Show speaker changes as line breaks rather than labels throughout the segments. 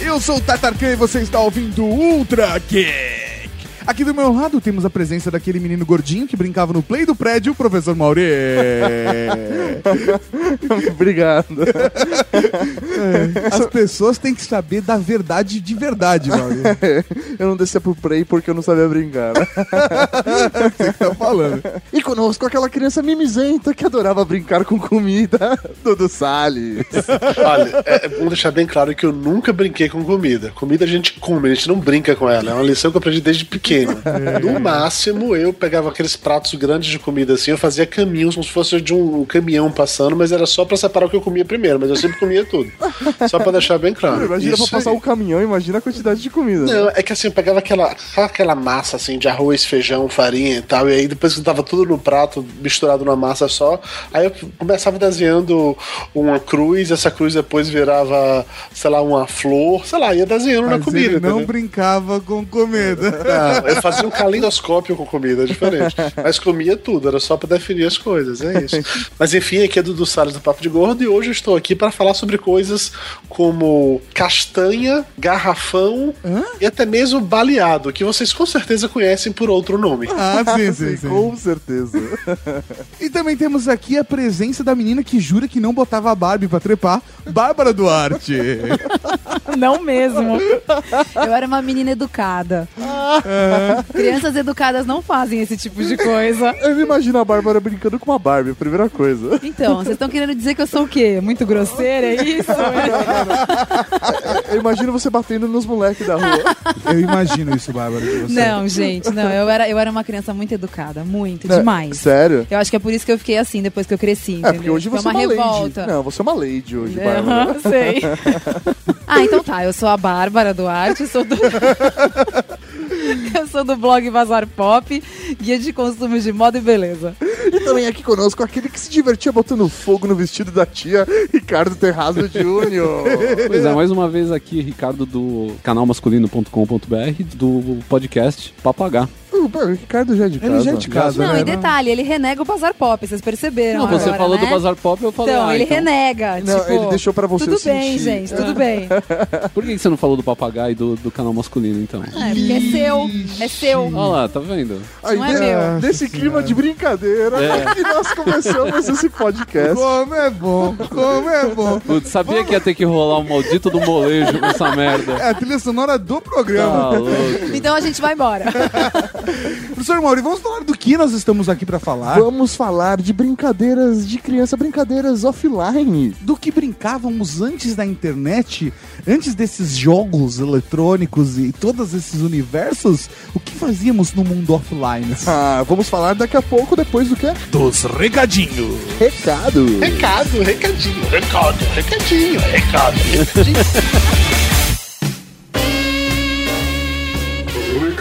Eu sou o Tatarkan e você está ouvindo Ultra Kick. Aqui do meu lado temos a presença daquele menino gordinho que brincava no play do prédio, o professor Mauri.
Obrigado.
As pessoas têm que saber da verdade de verdade, Mauri.
Eu não descia pro play porque eu não sabia brincar. né?
Você que tá falando.
E conosco aquela criança mimizenta que adorava brincar com comida. Dudu Salles.
Olha, é, é bom deixar bem claro que eu nunca brinquei com comida. Comida a gente come, a gente não brinca com ela. É uma lição que eu aprendi desde pequeno.
É.
No máximo, eu pegava aqueles pratos grandes de comida assim, eu fazia caminhos como se fosse de um caminhão passando, mas era só pra separar o que eu comia primeiro, mas eu sempre comia tudo. Só pra deixar bem claro.
Imagina pra
Isso
passar
aí.
um caminhão, imagina a quantidade de comida.
Não,
né?
é que assim, eu pegava aquela, sabe aquela massa assim de arroz, feijão, farinha e tal, e aí depois que tava tudo no prato, misturado numa massa só, aí eu começava desenhando uma cruz, essa cruz depois virava, sei lá, uma flor, sei lá, ia desenhando na
Mas
comida.
ele não
entendeu?
brincava com comida.
Não, eu fazia um calendoscópio com comida, é diferente. Mas comia tudo, era só pra definir as coisas, é isso. Mas enfim, aqui é Dudu Salles do Papo de Gordo e hoje eu estou aqui para falar sobre coisas como castanha, garrafão e até mesmo baleado, que vocês com certeza conhecem por outro nome.
Ah, sim, sim, sim.
Com certeza.
E também temos aqui a presença da menina que jura que não botava a Barbie pra trepar, Bárbara Duarte.
Não mesmo.
Eu era uma menina educada.
É.
Crianças educadas não fazem esse tipo de coisa.
Eu imagino a Bárbara brincando com uma Barbie, a primeira coisa.
Então, vocês estão querendo dizer que eu sou o quê? Muito grosseira, é isso?
Eu imagino você batendo nos moleques da rua.
Eu imagino isso, Bárbara, de você.
Não, gente, não. Eu era, eu era uma criança muito educada, muito,
Né?
demais.
Sério?
Eu acho que é por isso que eu fiquei assim depois que eu cresci,
É,
entendeu?
porque hoje
Foi
você é
uma
uma
revolta. Né?
lady. Não, né? você é uma lady hoje, Bárbara.
Aham, sei. ah, então tá. Eu sou a Bárbara Duarte, sou do. eu sou do blog Bazar Pop, guia de consumo de moda e beleza.
E também aqui conosco aquele que se divertia botando fogo no vestido da tia, Ricardo Terrazzo Júnior.
Pois é, mais uma vez aqui, Ricardo, do canalmasculino.com.br, do podcast Papagá.
Uh, pô, o Ricardo já é de casa.
Ele já é de casa,
Não,
né?
e detalhe, ele renega o Bazar Pop, vocês perceberam.
Não, você
agora,
falou
né?
do Bazar Pop, eu falei,
Então,
ah,
ele
então,
renega.
Não,
tipo,
ele deixou pra você
Tudo
sentir.
bem, gente, tudo bem.
por que que você não falou do Papagá e do, do canal masculino, então?
É, porque é seu, é seu.
Olha lá, tá vendo?
Aí,
Não é
de-
meu.
Nesse clima de brincadeira
É.
que nós começamos esse podcast.
Como é bom, como é bom.
Putz, sabia que ia ter que rolar o maldito do molejo com essa merda.
É a trilha sonora do programa.
Tá louco.
Então a gente vai embora.
Professor Mauri, vamos falar do que nós estamos aqui pra falar?
Vamos falar de brincadeiras de criança, brincadeiras offline.
Do que brincávamos antes da internet, antes desses jogos eletrônicos e todos esses universos, o que fazíamos no mundo offline?
Ah, vamos falar daqui a pouco, depois do que?
Dos recadinhos.
Recado.
Recado, recadinho, recado, recadinho, recado, recadinho.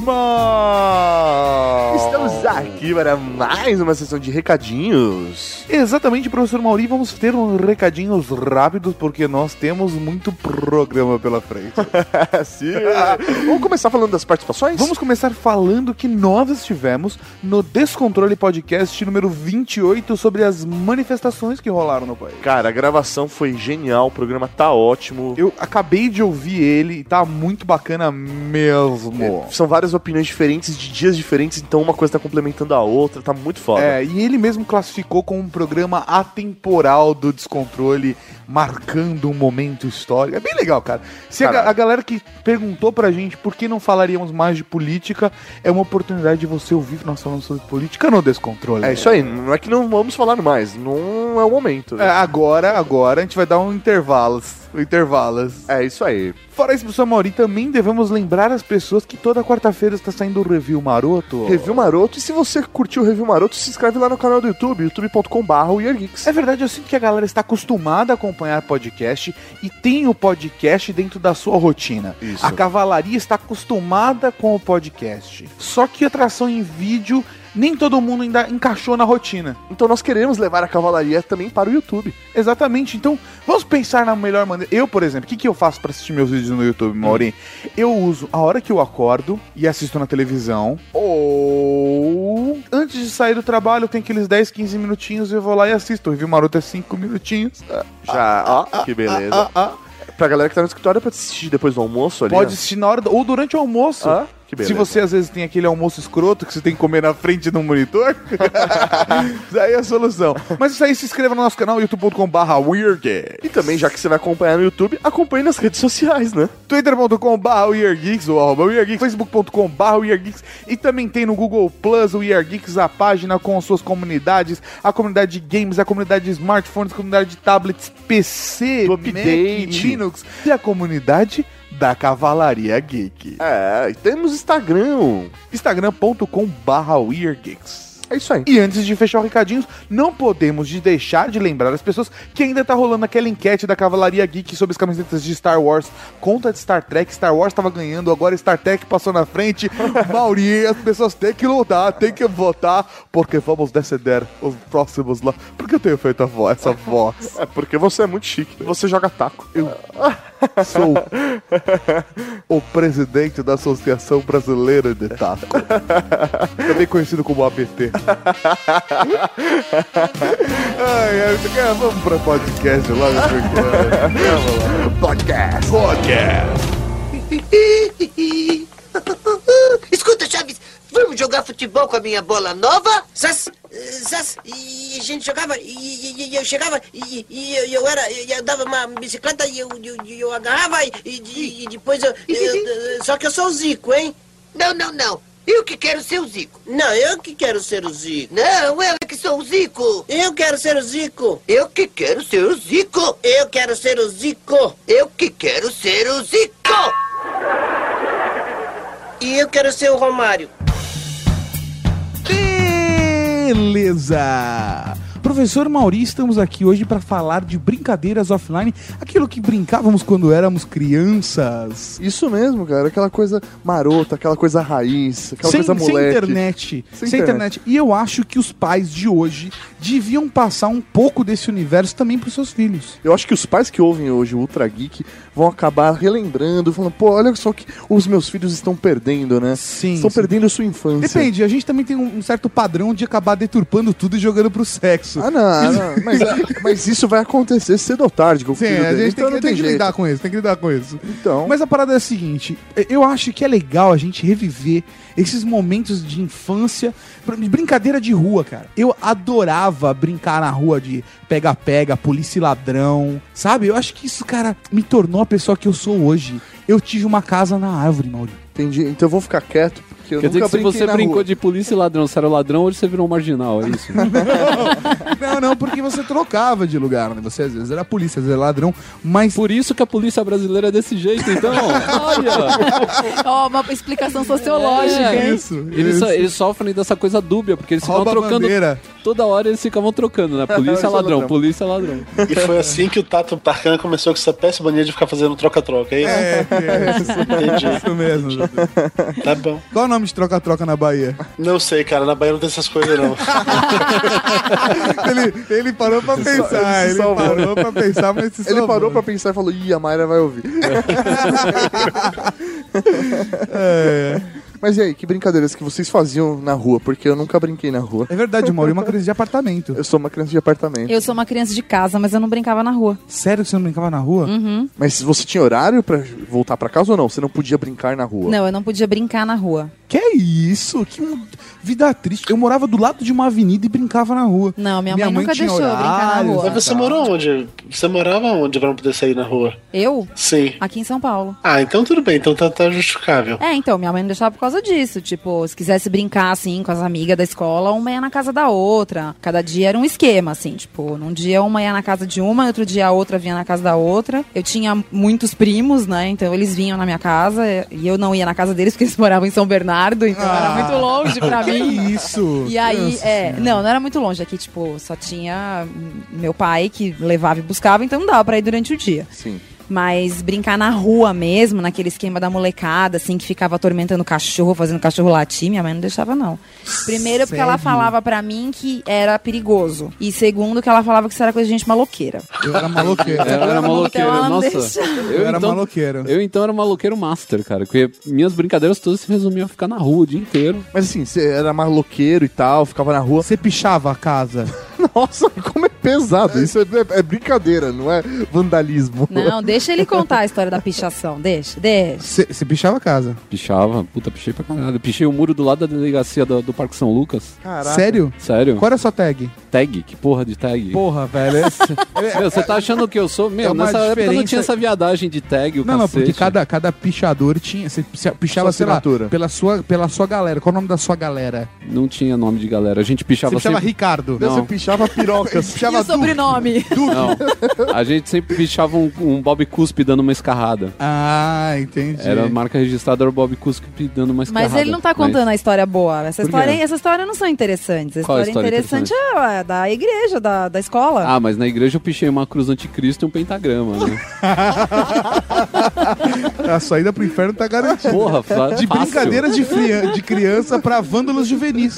mano! Estamos aqui para mais uma sessão de recadinhos. Exatamente, professor Mauri, vamos ter uns recadinhos rápidos porque nós temos muito programa pela frente. Sim. vamos começar falando das participações? Vamos começar falando que nós estivemos no Descontrole Podcast número 28 sobre as manifestações que rolaram no país.
Cara, a gravação foi genial, o programa tá ótimo.
Eu acabei de ouvir ele e tá muito bacana mesmo.
São várias opiniões diferentes, de dias diferentes, então uma coisa tá complementando a outra, tá muito foda.
É, e ele mesmo classificou como um programa atemporal do descontrole, marcando um momento histórico. É bem legal, cara. Se a, ga-
Caralho.
a galera que perguntou pra gente por que não falaríamos mais de política, é uma oportunidade de você ouvir nós falando sobre política no descontrole.
É isso aí, não é que não vamos falar mais, não é o momento.
É, agora, agora a gente vai dar um intervalos. Intervalos.
É isso aí.
Fora isso, professor Mauri, também devemos lembrar as pessoas que toda quarta-feira está saindo o review maroto.
Review Maroto, e se você curtiu o Review Maroto, se inscreve lá no canal do YouTube, youtube.com.br
É verdade, eu sinto que a galera está acostumada a acompanhar podcast e tem o podcast dentro da sua rotina.
Isso.
A cavalaria está acostumada com o podcast. Só que a tração em vídeo, nem todo mundo ainda encaixou na rotina.
Então nós queremos levar a cavalaria também para o YouTube.
Exatamente, então vamos pensar na melhor maneira. Eu, por exemplo, o que, que eu faço para assistir meus vídeos no YouTube,
Hum.
Mauri? Eu uso a hora que eu acordo e assisto na televisão, ou an- antes de sair do trabalho, tem aqueles 10, 15 minutinhos, eu vou lá e assisto. O Review Maroto é 5 minutinhos.
Já, ó, que beleza.
Ah, ah,
Pra galera que tá no escritório, pode assistir depois do almoço ali.
Pode
né?
assistir na hora, do- ou durante o almoço.
Ah, que beleza.
Se você às vezes tem aquele almoço escroto que você tem que comer na frente de um monitor, daí é a solução. Mas isso aí, se inscreva no nosso canal, youtube.com.br weird.
E também, já que você vai acompanhar no YouTube, acompanhe nas redes sociais, né?
twitter.com.br weirdgeeks ou arroba weirdgeeks, facebook.com.br weirdgeeks e também tem no Google Plus o weirdgeeks, a página com as suas comunidades, a comunidade de games, a comunidade de smartphones, a comunidade de tablets, PC,
Do
Mac,
update.
Linux e a comunidade da Cavalaria Geek.
É, e temos Instagram.
instagram.com.br weirdgeeks.
É isso aí.
E antes de fechar o recadinhos, não podemos de deixar de lembrar as pessoas que ainda tá rolando aquela enquete da Cavalaria Geek sobre as camisetas de Star Wars. Conta de Star Trek, Star Wars tava ganhando, agora Star Trek passou na frente. Mauri, as pessoas têm que lutar, têm que votar, porque vamos decidir os próximos lá. Por que eu tenho feito a vo- essa voz?
É porque você é muito chique. Você joga taco.
Sou o presidente da Associação Brasileira de Taco, também conhecido como ABT. Ai, ai, cara, vamos pra podcast logo. porque-
Podcast.
Escuta, Chaves, vamos jogar futebol com a minha bola nova? Zas, eh, zas, e a gente jogava, e, e- e eu chegava, e, e eu, eu era, e eu dava uma bicicleta e eu, eu, eu agarrava, e, e- e depois eu, eu- eu- Só que eu sou o Zico, hein? Não, não, não. Eu que quero ser o Zico. Não, eu que quero ser o Zico. Não, eu é que sou o Zico. Eu quero ser o Zico. Eu que quero ser o Zico. Eu quero ser o Zico. Eu que quero ser o Zico. E eu quero ser o Romário.
Beleza! Professor Mauri, estamos aqui hoje para falar de brincadeiras offline, aquilo que brincávamos quando éramos crianças.
Isso mesmo, cara. Aquela coisa marota, aquela coisa raiz, aquela
Sem,
coisa
sem
moleque.
internet.
Sem
Sem, internet. E eu acho que os pais de hoje deviam passar um pouco desse universo também para seus filhos.
Eu acho que os pais que ouvem hoje o Ultra Geek vão acabar relembrando, falando, pô, olha só que os meus filhos estão perdendo, né?
Sim.
estão perdendo a sua infância.
Depende, a gente também tem um um certo padrão de acabar deturpando tudo e jogando pro sexo.
Ah, não, não, mas, mas isso vai acontecer cedo ou tarde com o
Sim,
filho
a
dele.
gente
então
tem,
não
que, tem que
jeito.
lidar com isso, tem que lidar com isso.
Então,
Mas a parada é a seguinte: eu acho que é legal a gente reviver esses momentos de infância, br- de brincadeira de rua, cara. Eu adorava brincar na rua de pega-pega, polícia e ladrão, sabe? Eu acho que isso, cara, me tornou a pessoa que eu sou hoje. Eu tive uma casa na árvore, Maurício.
entendi. Então eu vou ficar quieto, porque eu
Quer dizer
nunca
que se
brinquei
você
na
brincou
rua.
de polícia e ladrão, você era ladrão, hoje você virou um marginal, é isso?
Não, não, porque você trocava de lugar, né? Você às vezes era polícia, às vezes era ladrão, mas
Por isso que a polícia brasileira é desse jeito, então. Olha!
Ó, uma explicação sociológica,
É.
hein?
isso.
Eles, so- eles sofrem dessa coisa dúbia, porque eles ficavam
Rouba a
trocando.
bandeira.
Toda hora eles ficavam trocando, né? Polícia é ladrão, polícia é ladrão.
E foi assim que o Tato Tarkan começou com essa péssima mania de ficar fazendo troca-troca. É, isso?
É, é isso,
Entendi.
isso mesmo.
Tá bom.
Qual é o nome de troca-troca na Bahia?
Não sei, cara. Na Bahia não tem essas coisas, não.
ele, ele parou pra pensar, ele, parou pra pensar, mas se
Ele
salvou.
parou pra pensar e falou, ih, a Mayra vai ouvir.
É,
Mas e aí, que brincadeiras que vocês faziam na rua? Porque eu nunca brinquei na rua.
É verdade, Mauri, uma crise de apartamento.
Eu sou uma criança de apartamento.
Eu sou uma criança de casa, mas eu não brincava na rua.
Sério que você não brincava na rua?
Uhum.
Mas você tinha horário pra voltar pra casa ou não? Você não podia brincar na rua?
Não, eu não podia brincar na rua.
Que é isso? Que mu- vida triste. Eu morava do lado de uma avenida e brincava na rua.
Não, minha,
Minha
mãe,
mãe
nunca
tinha
deixou eu brincar na
horários,
rua.
Mas você morou onde? Você morava onde pra não poder sair na rua?
Eu?
Sim.
Aqui em São Paulo.
Ah, então tudo bem. Então tá, tá justificável.
É, então, minha mãe não deixava por causa disso. Tipo, se quisesse brincar, assim, com as amigas da escola, uma ia na casa da outra. Cada dia era um esquema, assim. Tipo, num dia uma ia na casa de uma, outro dia a outra vinha na casa da outra. Eu tinha muitos primos, né? Então eles vinham na minha casa e eu não ia na casa deles porque eles moravam em São Bernardo, então era muito longe pra
Que
mim.
isso?
E aí,
Nossa
é,
Senhora.
não, não era muito longe aqui, tipo, só tinha hum, meu pai que levava e buscava, então não dava pra ir durante o dia.
Sim.
Mas brincar na rua mesmo, naquele esquema da molecada, assim, que ficava atormentando o cachorro, fazendo o cachorro latir, minha mãe não deixava, não. Primeiro, porque ela
Sério?
falava pra mim que era perigoso. E segundo, que ela falava que isso era coisa de gente maloqueira.
Eu era maloqueiro.
Eu era maloqueiro,
Então ela não
nossa.
deixa.
Eu era maloqueiro.
Eu então era maloqueiro master, cara. Porque minhas brincadeiras todas se resumiam a ficar na rua o dia inteiro.
Mas assim, você era maloqueiro e tal, ficava na rua.
Você pichava a casa.
Nossa, como é pesado. Isso é, é brincadeira, não é vandalismo.
Não, deixa ele contar a história da pichação. Deixa, deixa.
Você você pichava a casa.
Pichava, puta, pichei pra caralho. Pichei o muro do lado da delegacia do, do Parque São Lucas.
Caraca.
Sério?
Sério?
Qual era a sua tag?
Tag? Que porra de tag?
Porra, velho.
Meu, você tá achando que eu sou? Meu,
É uma
nessa época não
diferença-
tinha essa viadagem de tag, o
Não, não,
cacete.
porque cada, cada pichador tinha. Você pichava,
Sua
sei lá,
assinatura.
pela sua, pela sua galera. Qual o nome da sua galera?
Não tinha nome de galera. A gente
Você
pichava
pichava
sempre...
Ricardo.
Não.
Você pichava pirocas.
E o
Pichava Du.
sobrenome?
Não. A gente sempre pichava um, um Bob Cuspe dando uma escarrada.
Ah, entendi.
Era um- a marca registrada, era o Bob Cuspe dando uma escarrada.
Mas ele não tá contando a história boa. Essa
Por quê?
história, essa história não são interessantes. A
Qual a
história,
história
interessante, é a da igreja, da, da escola.
Ah, mas na igreja eu pichei uma cruz anticristo e um pentagrama, né?
A saída pro inferno tá garantida.
Porra, fa-
De
fácil.
brincadeira de, fria- de criança pra vândalos juvenis.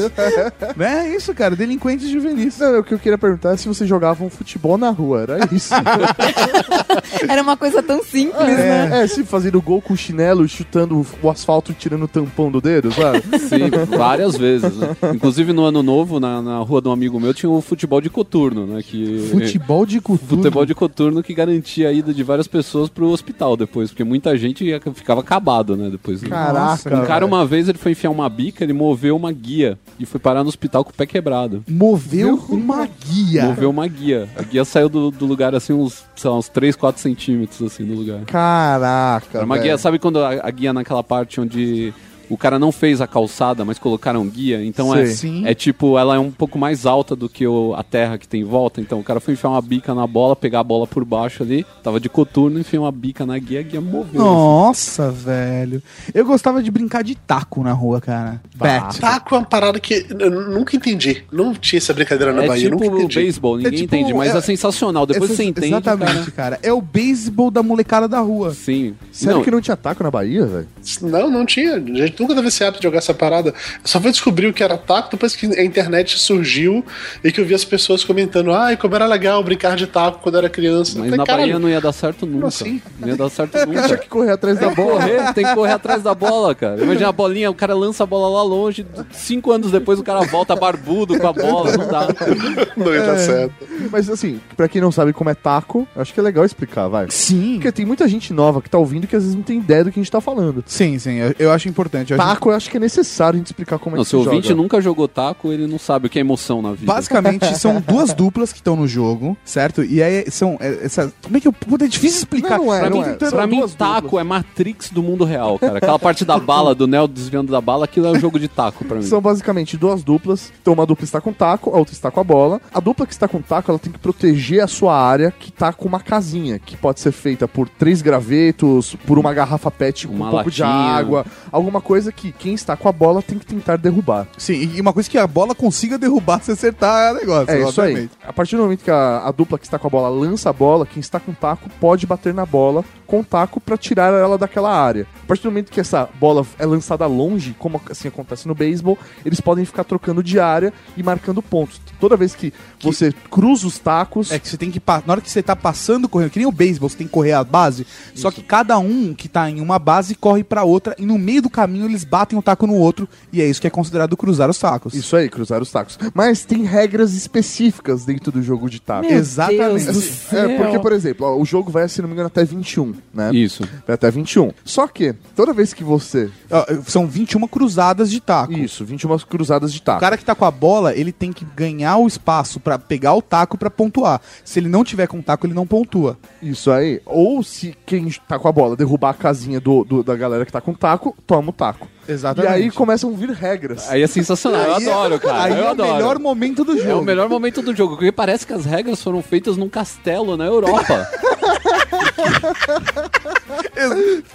né? É isso, cara. Delinquentes juvenis.
Não, o que eu queria perguntar é se você jogava um futebol na rua, era isso.
É. Era uma coisa tão simples, né?
é, se fazendo gol com chinelo, chutando o asfalto e tirando o tampão do dedo, sabe?
Sim, várias vezes. né? Inclusive no ano novo, na, na rua de um amigo meu, tinha o futebol de coturno, né? Que...
Futebol de cultura.
Futebol de coturno que garantia a ida de várias pessoas pro hospital depois, porque muita gente ia- ficava acabado, né? Depois.
Caraca.
Um cara,
velho.
uma vez, ele foi enfiar uma bica, ele moveu uma guia e foi parar no hospital com o pé quebrado.
Moveu uma guia.
Moveu uma guia. A guia saiu do, do lugar assim, uns, sei lá, uns 3, 4 centímetros assim no lugar.
Caraca.
Era uma
velho.
guia, sabe quando a, a guia naquela parte onde o cara não fez a calçada, mas colocaram guia? Então é,
Sei.
Sim.
é tipo, ela é um pouco mais alta do que o- a terra que tem em volta. Então o cara foi enfiar uma bica na bola, pegar a bola por baixo ali, tava de coturno, enfiou uma bica na guia, a guia moveu.
Nossa, velho. Eu gostava de brincar de taco na rua, cara.
Ah,
Bat.
Taco é uma parada que eu nunca entendi. Não tinha essa brincadeira na
É
Bahia, eu
tipo
nunca
o
entendi.
beisebol, ninguém
tipo,
entende, mas
é-
é, sensacional. Depois
Essas-
você entende,
Exatamente,
cara.
cara. É o beisebol da molecada da rua.
Sim.
Sério
Não,
que não tinha taco na Bahia, velho?
Não, não tinha. A gente nunca teve esse hábito de jogar essa parada. Eu só fui descobrir o que era taco depois que a internet surgiu e que eu vi as pessoas comentando: ai, como era legal brincar de taco quando era criança. Eu
Mas
falei,
na
"Caralho,
Bahia não ia dar certo nunca.
assim?
Não ia dar certo
Tinha
nunca.
que correr atrás da bola.
Correr, é, tem que correr atrás da bola, cara. Imagina a bolinha, o cara lança a bola lá longe, cinco anos depois o cara volta barbudo com a bola, não é. dá.
não ia dar certo.
Mas assim, pra quem não sabe como é taco, acho que é legal explicar, vai.
Sim.
Porque tem muita gente nova que tá ouvindo que às vezes não tem ideia do que a gente tá falando.
Sim, sim. Eu, eu acho importante. Eu acho
Taco, eu acho que é necessário a gente explicar como
Não,
é que
se
se
o ouvinte
joga.
nunca jogou taco, ele não sabe o que é emoção na vida.
Basicamente, são duas duplas que estão no jogo, certo? E aí são. é, essa- como é que eu. Puta, é difícil explicar.
Não, não é,
pra
não
mim,
é.
tentando-
pra mim,
duas
taco é Matrix do mundo real, cara. Aquela parte da bala, do Neo desviando da bala, aquilo é o jogo de taco pra mim.
São basicamente duas duplas. Então uma dupla está com taco, a outra está com a bola. A dupla que está com taco, ela tem que proteger a sua área que tá com uma casinha, que pode ser feita por três gravetos, por uma garrafa PET com um
Uma
pouco de
latinha.
água, alguma coisa que quem está com a bola tem que tentar derrubar.
Sim, e uma coisa é que a bola consiga derrubar se acertar o negócio.
É isso aí.
obviamente.
A partir do momento que a, a dupla que está com a bola lança a bola, quem está com o taco pode bater na bola com o taco para tirar ela daquela área. A partir do momento que essa bola é lançada longe, como assim acontece no beisebol, eles podem ficar trocando de área e marcando pontos. Toda vez que, você cruza os tacos,
É que você tem que. pa- Na hora que você tá passando correndo, que nem o beisebol, você tem que correr a base. Só que cada um que tá em uma base corre pra outra e no meio do caminho eles batem o taco no outro. E é isso que é considerado cruzar os tacos.
isso aí, cruzar os tacos. Mas tem regras específicas dentro do jogo de taco.
Meu
Exatamente.
Deus do
Assim, é, porque,
céu.
por exemplo, ó, o jogo vai, se não me engano, até 21, né?
Isso.
Vai até 21. Só que, toda vez que você.
Ó, São 21 cruzadas de taco.
Isso, 21 cruzadas de taco.
O cara que tá com a bola, ele tem que ganhar o espaço pra pegar o taco pra pontuar. Se ele não tiver com o taco, ele não pontua.
Isso aí. Ou se quem tá com a bola derrubar a casinha do, do- da galera que tá com o taco, toma o taco.
Exatamente.
E aí começam a vir regras.
Aí é sensacional, eu
Aí é-
adoro, cara.
Aí
eu
é
adoro.
o melhor momento do jogo.
É o melhor momento do jogo, porque parece que as regras foram feitas num castelo na Europa.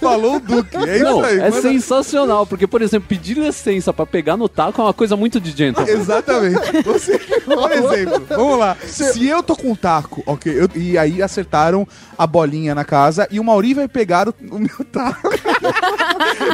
Falou o Duque, é isso
não,
aí.
é
manda-
sensacional, porque, por exemplo, pedir licença pra pegar no taco é uma coisa muito de gentleman.
Exatamente. Você, por exemplo,
é um Vamos lá. Se eu tô com o taco, ok. eu- e aí acertaram a bolinha na casa e o Mauri vai pegar o, o meu taco.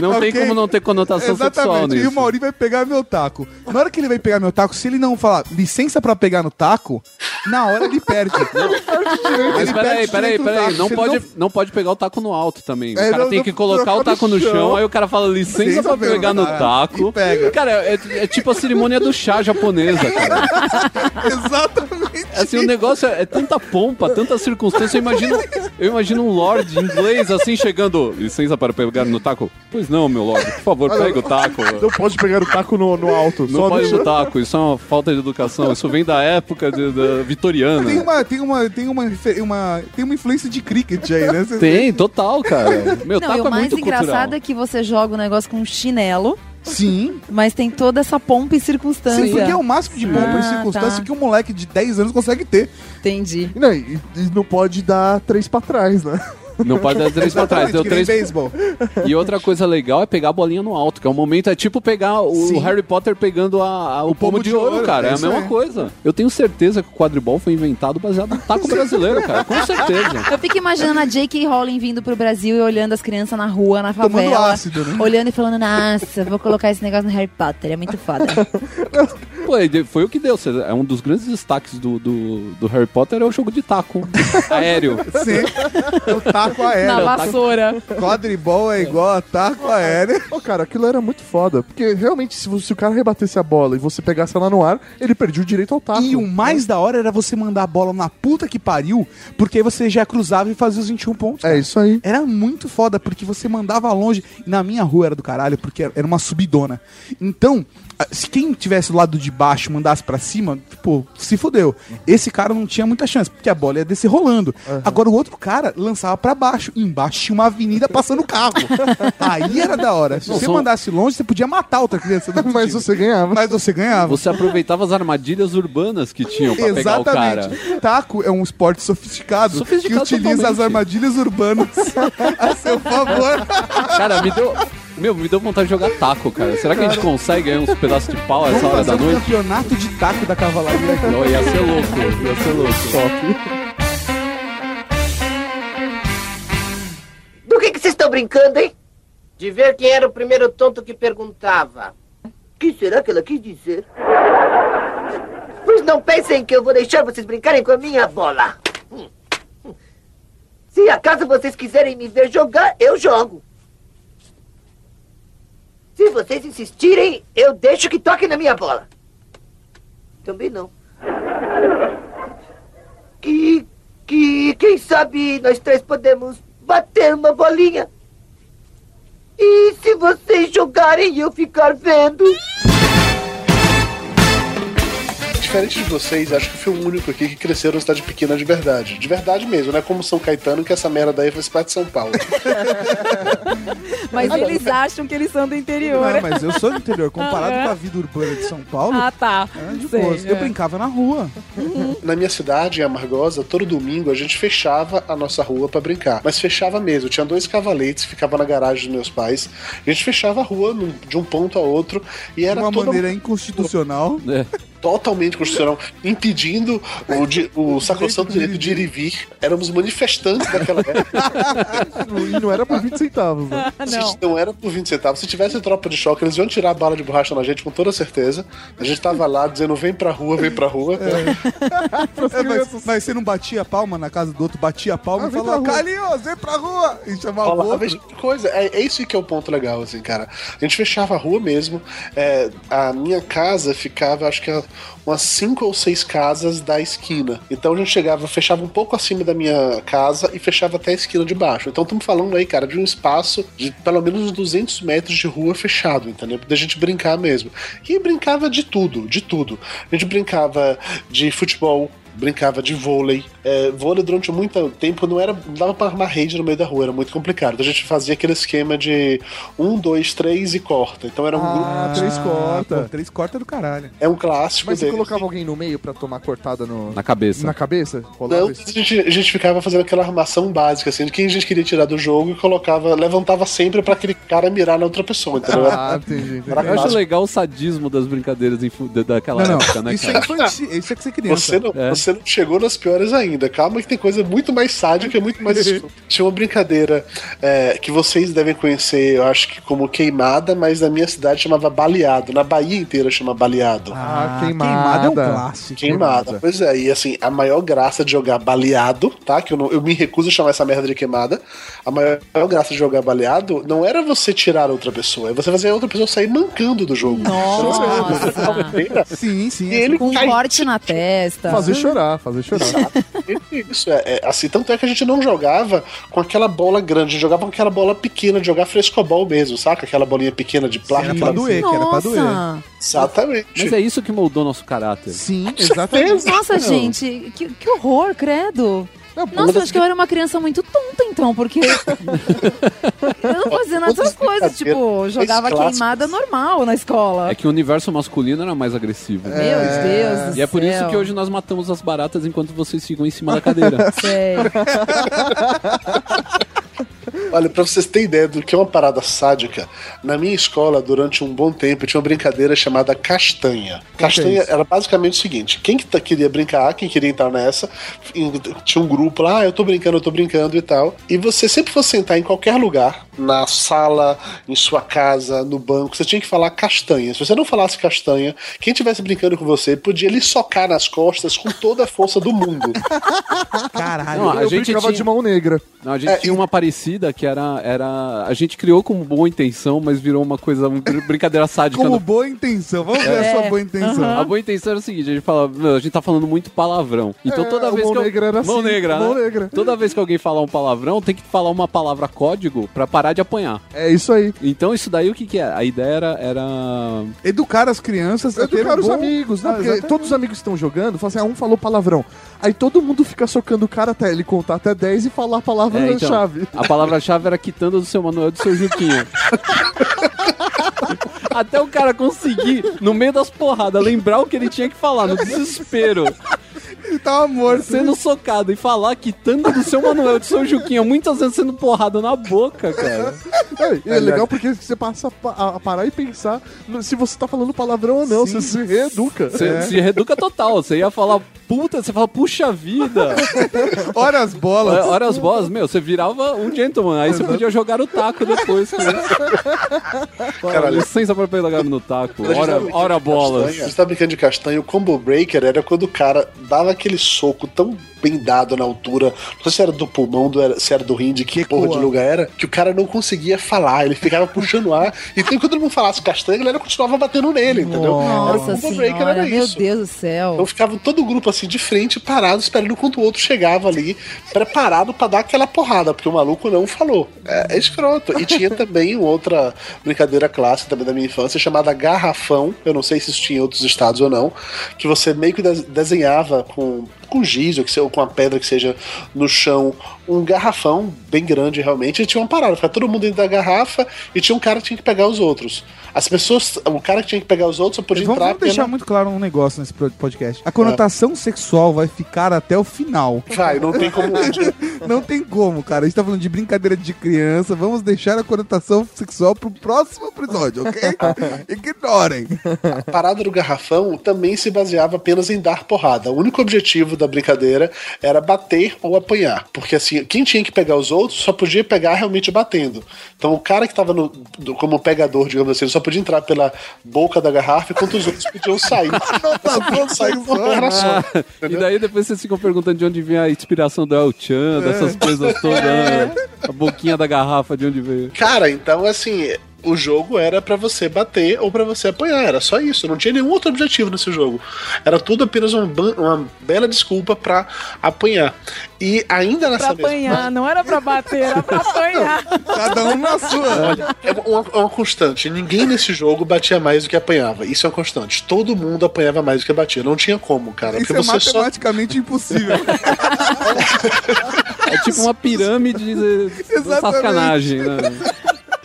Não tem
Ok.
como não ter conotação sexual
Exatamente. E
nisso.
o Mauri vai pegar meu taco. Na hora que ele vai pegar meu taco, se ele não falar licença pra pegar no taco, na hora ele perde.
Mas
Ele perde
peraí, peraí,
direito o taco.
peraí. Não
Se ele
pode, não... pode pegar o taco no alto também.
É,
o cara
não-
tem
não-
que colocar
não-
o taco no
no chão.
chão, aí o cara fala licença
Licença
pra
mesmo,
pegar no
cara.
taco.
E pega.
Cara, é, é tipo a cerimônia do chá japonesa, cara.
Exatamente.
Assim, o negócio é, é tanta pompa, tanta circunstância. Eu imagino, eu imagino um lord inglês assim chegando. Licença para pegar no taco? Pois não, meu lord. Por favor, pega o taco.
Não pode pegar o taco no, no alto.
Não
só
pode
deixa-
no taco, isso é uma falta de educação. Isso vem da época de- da vitoriana.
Tem uma, tem uma, tem uma, refer- uma- tem uma influência de cricket aí, né? Cê-
Tem, total, cara. Meu
Não, e
taco é
o mais
muito
engraçado
cultural.
é que você joga o negócio com um chinelo,
Sim.
mas tem toda essa pompa e circunstância.
Sim, porque é o máximo de pompa e
Ah,
circunstância
tá.
que um moleque de 10 anos consegue ter.
Entendi.
Não, e, e não pode dar três pra trás, né?
Não pode dar três pra trás.
Exatamente,
Deu
que nem
três...
beisebol.
E outra coisa legal é pegar a bolinha no alto, que é um momento, é tipo pegar o
Sim.
Harry Potter pegando a- a- o, pomo, de, ouro, cara. É, a
isso
mesma
aí.
coisa. Eu tenho certeza que o quadribol foi inventado baseado no taco brasileiro, cara. Com certeza.
Eu fico imaginando a J.K. Rowling vindo pro Brasil e olhando as crianças na rua, na
Tomando
favela.
ácido, né?
Olhando e falando, nossa, vou colocar esse negócio no Harry Potter, é muito foda.
Pô, e de- foi o que deu. cê- É um dos grandes destaques do, do, do Harry Potter é o jogo de taco aéreo.
Sim. Eu taco
na
aéreo.
vassoura.
Quadribol é igual a taco aéreo.
Ô, cara, aquilo era muito foda. Porque realmente, se, você- se o cara rebatesse a bola e você pegasse ela no ar, ele perdia o direito ao taco.
E um- o mais da hora era você mandar a bola na puta que pariu, porque aí você já cruzava e fazia os 21 pontos.
É isso aí.
Era muito foda, porque você mandava longe. E na minha rua era do caralho, porque era uma subidona. Então, ah, se quem tivesse do lado de baixo e mandasse pra cima, tipo, se fodeu. Esse cara não tinha muita chance, porque a bola ia descer rolando. Agora o outro cara lançava pra baixo. Embaixo tinha uma avenida passando carro. Aí era da hora. Se
Não,
você
são-
mandasse longe, você podia matar outra criança. do outro
Mas
time.
você ganhava.
Mas você ganhava.
Você aproveitava as armadilhas urbanas que tinham pra pegar o cara.
Taco é um esporte sofisticado,
Sofisticado
que utiliza
totalmente.
as armadilhas urbanas a seu favor.
Cara, me deu. Meu, me deu vontade de jogar taco, cara. Será que a gente consegue ganhar uns pedaços de pau a essa hora da noite?
campeonato de taco da cavalaria.
Não, ia ser louco, ia ser louco.
Do que que vocês estão brincando, hein? De ver quem era o primeiro tonto que perguntava. O que será que ela quis dizer? Pois não pensem que eu vou deixar vocês brincarem com a minha bola. Hum, hum. Se acaso vocês quiserem me ver jogar, eu jogo. Se vocês insistirem, eu deixo que toquem na minha bola. Também não. Que, que, quem sabe nós três podemos bater uma bolinha. E se vocês jogarem e eu ficar vendo?
Diferente de vocês, acho que eu fui o único aqui que cresceu numa cidade pequena de verdade. De verdade mesmo, não é como São Caetano que essa merda daí faz parte de São Paulo.
Mas eles acham que eles são do interior.
é. Não, mas eu sou do interior. Comparado com a vida urbana de São Paulo,
Ah, tá.
é de
Sei,
boas. Eu
é.
brincava na rua.
Na minha cidade, em Amargosa, todo domingo a gente fechava a nossa rua pra brincar. Mas fechava mesmo. Tinha dois cavaletes, ficava na garagem dos meus pais. A gente fechava a rua num- de um ponto a outro e
De
era
uma
toda-
maneira inconstitucional.
É,
totalmente constitucional, impedindo o, di- o sacrossanto direito de ir e vir. Éramos manifestantes daquela época.
E não era por 20 centavos, né?
Ah,
Se
não.
não era por 20 centavos. Se tivesse tropa de choque, eles iam tirar a bala de borracha na gente, com toda certeza. A gente tava lá dizendo: vem pra rua, vem pra rua.
É, mas, mas você não batia a palma na casa do outro, batia a palma
Ah,
e
vem
falava,
pra rua.
Carlinhos, vem pra rua! E chamava o
Falava
outro.
a mesma coisa. É, é isso que é o ponto legal, assim, cara. A gente fechava a rua mesmo. É, a minha casa ficava, acho que a- umas cinco ou seis casas da esquina. Então a gente chegava, fechava um pouco acima da minha casa e fechava até a esquina de baixo. Então estamos falando aí, cara, de um espaço de pelo menos uns 200 metros de rua fechado, entendeu? Da gente brincar mesmo. E brincava de tudo, de tudo. A gente brincava de futebol, brincava de vôlei. É, vôlei durante muito tempo não era não dava para armar rede no meio da rua, era muito complicado. Então a gente fazia aquele esquema de um, dois, três e corta. Então era um
Ah,
grupo.
três corta.
Pô, três corta do caralho.
É um clássico.
Mas você
deles.
colocava alguém no meio pra tomar cortada no...
Na cabeça.
na cabeça? Rolava
Não, a
isso?
gente, a gente ficava fazendo aquela armação básica, assim, de quem a gente queria tirar do jogo e colocava, levantava sempre pra aquele cara mirar na outra pessoa, entendeu?
Ah, entendi, entendi.
Era
Eu acho
clássico.
legal o sadismo das brincadeiras infu- da- daquela
Não,
época,
não.
né,
Isso é
cara?
infantil. Isso é que você é criança.
Você não,
É.
você não chegou nas piores ainda. Calma que tem coisa muito mais sádica, muito mais. Tinha uma brincadeira é, que vocês devem conhecer, eu acho que como queimada, mas na minha cidade chamava baleado. Na Bahia inteira chama baleado.
Ah,
queimada é um
queimada.
clássico.
Queimada. Pois é, e assim, a maior graça de jogar baleado, tá? Que eu, não- eu me recuso a chamar essa merda de queimada. A maior, maior graça de jogar baleado não era você tirar outra pessoa, é você fazer a outra pessoa sair mancando do jogo.
Nossa.
Era-
Sim, sim.
E ele
Com um
cai-
corte na testa.
Fazer chorar, fazer chorar.
Isso, é, é, assim, tanto é que a gente não jogava com aquela bola grande, a gente jogava com aquela bola pequena, de jogar frescobol mesmo, saca? Aquela bolinha pequena de
Era
plástico.
pra doer, que era pra doer.
Nossa.
Mas
Exatamente.
é isso que moldou nosso caráter.
Sim, exatamente.
Nossa, gente, que, que horror, credo.
Não,
Nossa, eu acho que eu era uma criança muito tonta, então, porque eu não fazia nada dessas coisas. Tipo, jogava
clássicos.
queimada normal na escola.
É que o universo masculino era mais agressivo.
Meu Deus do
E é por isso
céu.
que hoje nós matamos as baratas enquanto vocês ficam em cima da cadeira.
Sei.
Olha, pra vocês terem ideia do que é uma parada sádica, na minha escola, durante um bom tempo, tinha uma brincadeira chamada castanha. Castanha era basicamente o seguinte: quem que tá- queria brincar, quem queria entrar nessa, em- tinha um grupo lá, ah, eu tô brincando, eu tô brincando e tal. E você sempre fosse sentar em qualquer lugar, na sala, em sua casa, no banco, você tinha que falar castanha. Se você não falasse castanha, quem estivesse brincando com você podia lhe socar nas costas com toda a força do mundo.
Caralho.
Não, a
eu
gente
brincava
tinha-
de mão negra.
Não, a
É,
gente tinha uma parecida que era, era. A gente criou com boa intenção, mas virou uma coisa, uma br- brincadeira sádica.
Como
no-
boa intenção. Vamos
É.
ver a sua boa intenção.
A boa intenção era o seguinte: a gente fala, "Meu, a gente tá falando muito palavrão. Então
É,
toda
o
vez
mão
que. eu-
negra era
mão
assim,
negra,
mão
né?
negra.
Toda vez que alguém falar um palavrão, tem que falar uma palavra código pra parar de apanhar.
É isso aí.
Então isso daí o que, que é? A ideia era. era...
Educar as crianças a ter um
Educar os
bom-
amigos, né?
Ah,
porque
exatamente.
todos os amigos que estão jogando, falam assim, ah, um falou palavrão. Aí todo mundo fica socando o cara até ele contar até 10 e falar a
É, então,
palavra-chave.
A palavra-chave era quitanda do seu Manuel e do seu Juquinha. Até o cara conseguir, no meio das porradas, lembrar o que ele tinha que falar, no desespero,
Ele tava morto.
sendo socado e falar quitanda do seu Manuel e do seu Juquinha, muitas vezes sendo porrada na boca, cara.
Tá
É, e é legal porque você passa a pa- a, a parar e pensar no- se você tá falando palavrão ou não, você
Sim.
se reeduca.
Você
É.
se reduca total, você ia falar puta, você fala puxa vida.
É.
Olha as bolas.
Olha as bolas, meu, você virava um gentleman, aí você podia jogar o taco depois. Cara. Olha, licença pra pegar no taco.
Quando a gente tá
Ora,
brincando
ora
de
bolas.
castanha, Você tá brincando de castanha, o combo breaker era quando o cara dava aquele soco tão bem dado na altura, não sei se era do pulmão, do, era- se era do rim, de que,
Que
porra
coa.
de lugar era, que o cara não conseguia falar, ele ficava puxando ar, e tem quando ele não falasse castanha, a galera continuava batendo nele, entendeu? Era
Nossa
o combo breaker
senhora,
era
meu
isso.
Deus do céu.
Então ficava todo o grupo assim de frente, parado, esperando quando o outro chegava ali, preparado pra dar aquela porrada, porque o maluco não falou. É, é escroto. E tinha também outra brincadeira clássica também da minha infância, chamada garrafão. Eu não sei se isso tinha em outros estados ou não, que você meio que des- desenhava com com giz ou, que se- ou com a pedra que seja no chão, um garrafão bem grande realmente, e tinha uma parada, ficava todo mundo dentro da garrafa e tinha um cara que tinha que pegar os outros. As pessoas, o cara que tinha que pegar os outros só podia
Vamos,
entrar
vamos deixar
apenas-
muito claro um negócio nesse pro- podcast. A conotação sexual vai ficar até o final.
Vai, não tem como
Não tem como, cara. A gente tá falando de brincadeira de criança. Vamos deixar a conotação sexual pro próximo episódio, ok? Ignorem.
A parada do garrafão também se baseava apenas em dar porrada. O único objetivo da brincadeira era bater ou apanhar. Porque assim, quem tinha que pegar os outros só podia pegar realmente batendo. Então o cara que tava no- do- como pegador, digamos assim, ele só podia entrar pela boca da garrafa enquanto os outros podiam sair.
Conotação
Saiu uma
sexual.
porra só.
Ah, E daí depois vocês ficam perguntando de onde vem a inspiração do El Chan, dessas coisas todas. né? A boquinha da garrafa, de onde veio.
Cara, então assim, O jogo era pra você bater ou pra você apanhar, era só isso. Não tinha nenhum outro objetivo nesse jogo. Era tudo apenas uma, ban- uma bela desculpa pra apanhar. E ainda
Pra
nessa mesma.
apanhar, não era pra bater, era pra apanhar.
Cada um na sua.
É uma, é uma constante. Ninguém nesse jogo batia mais do que apanhava. Isso é uma constante. Todo mundo apanhava mais do que batia. Não tinha como, cara.
Isso
porque
é
você só.
matematicamente impossível.
né,
É tipo uma pirâmide de, de
Exatamente.
sacanagem, né?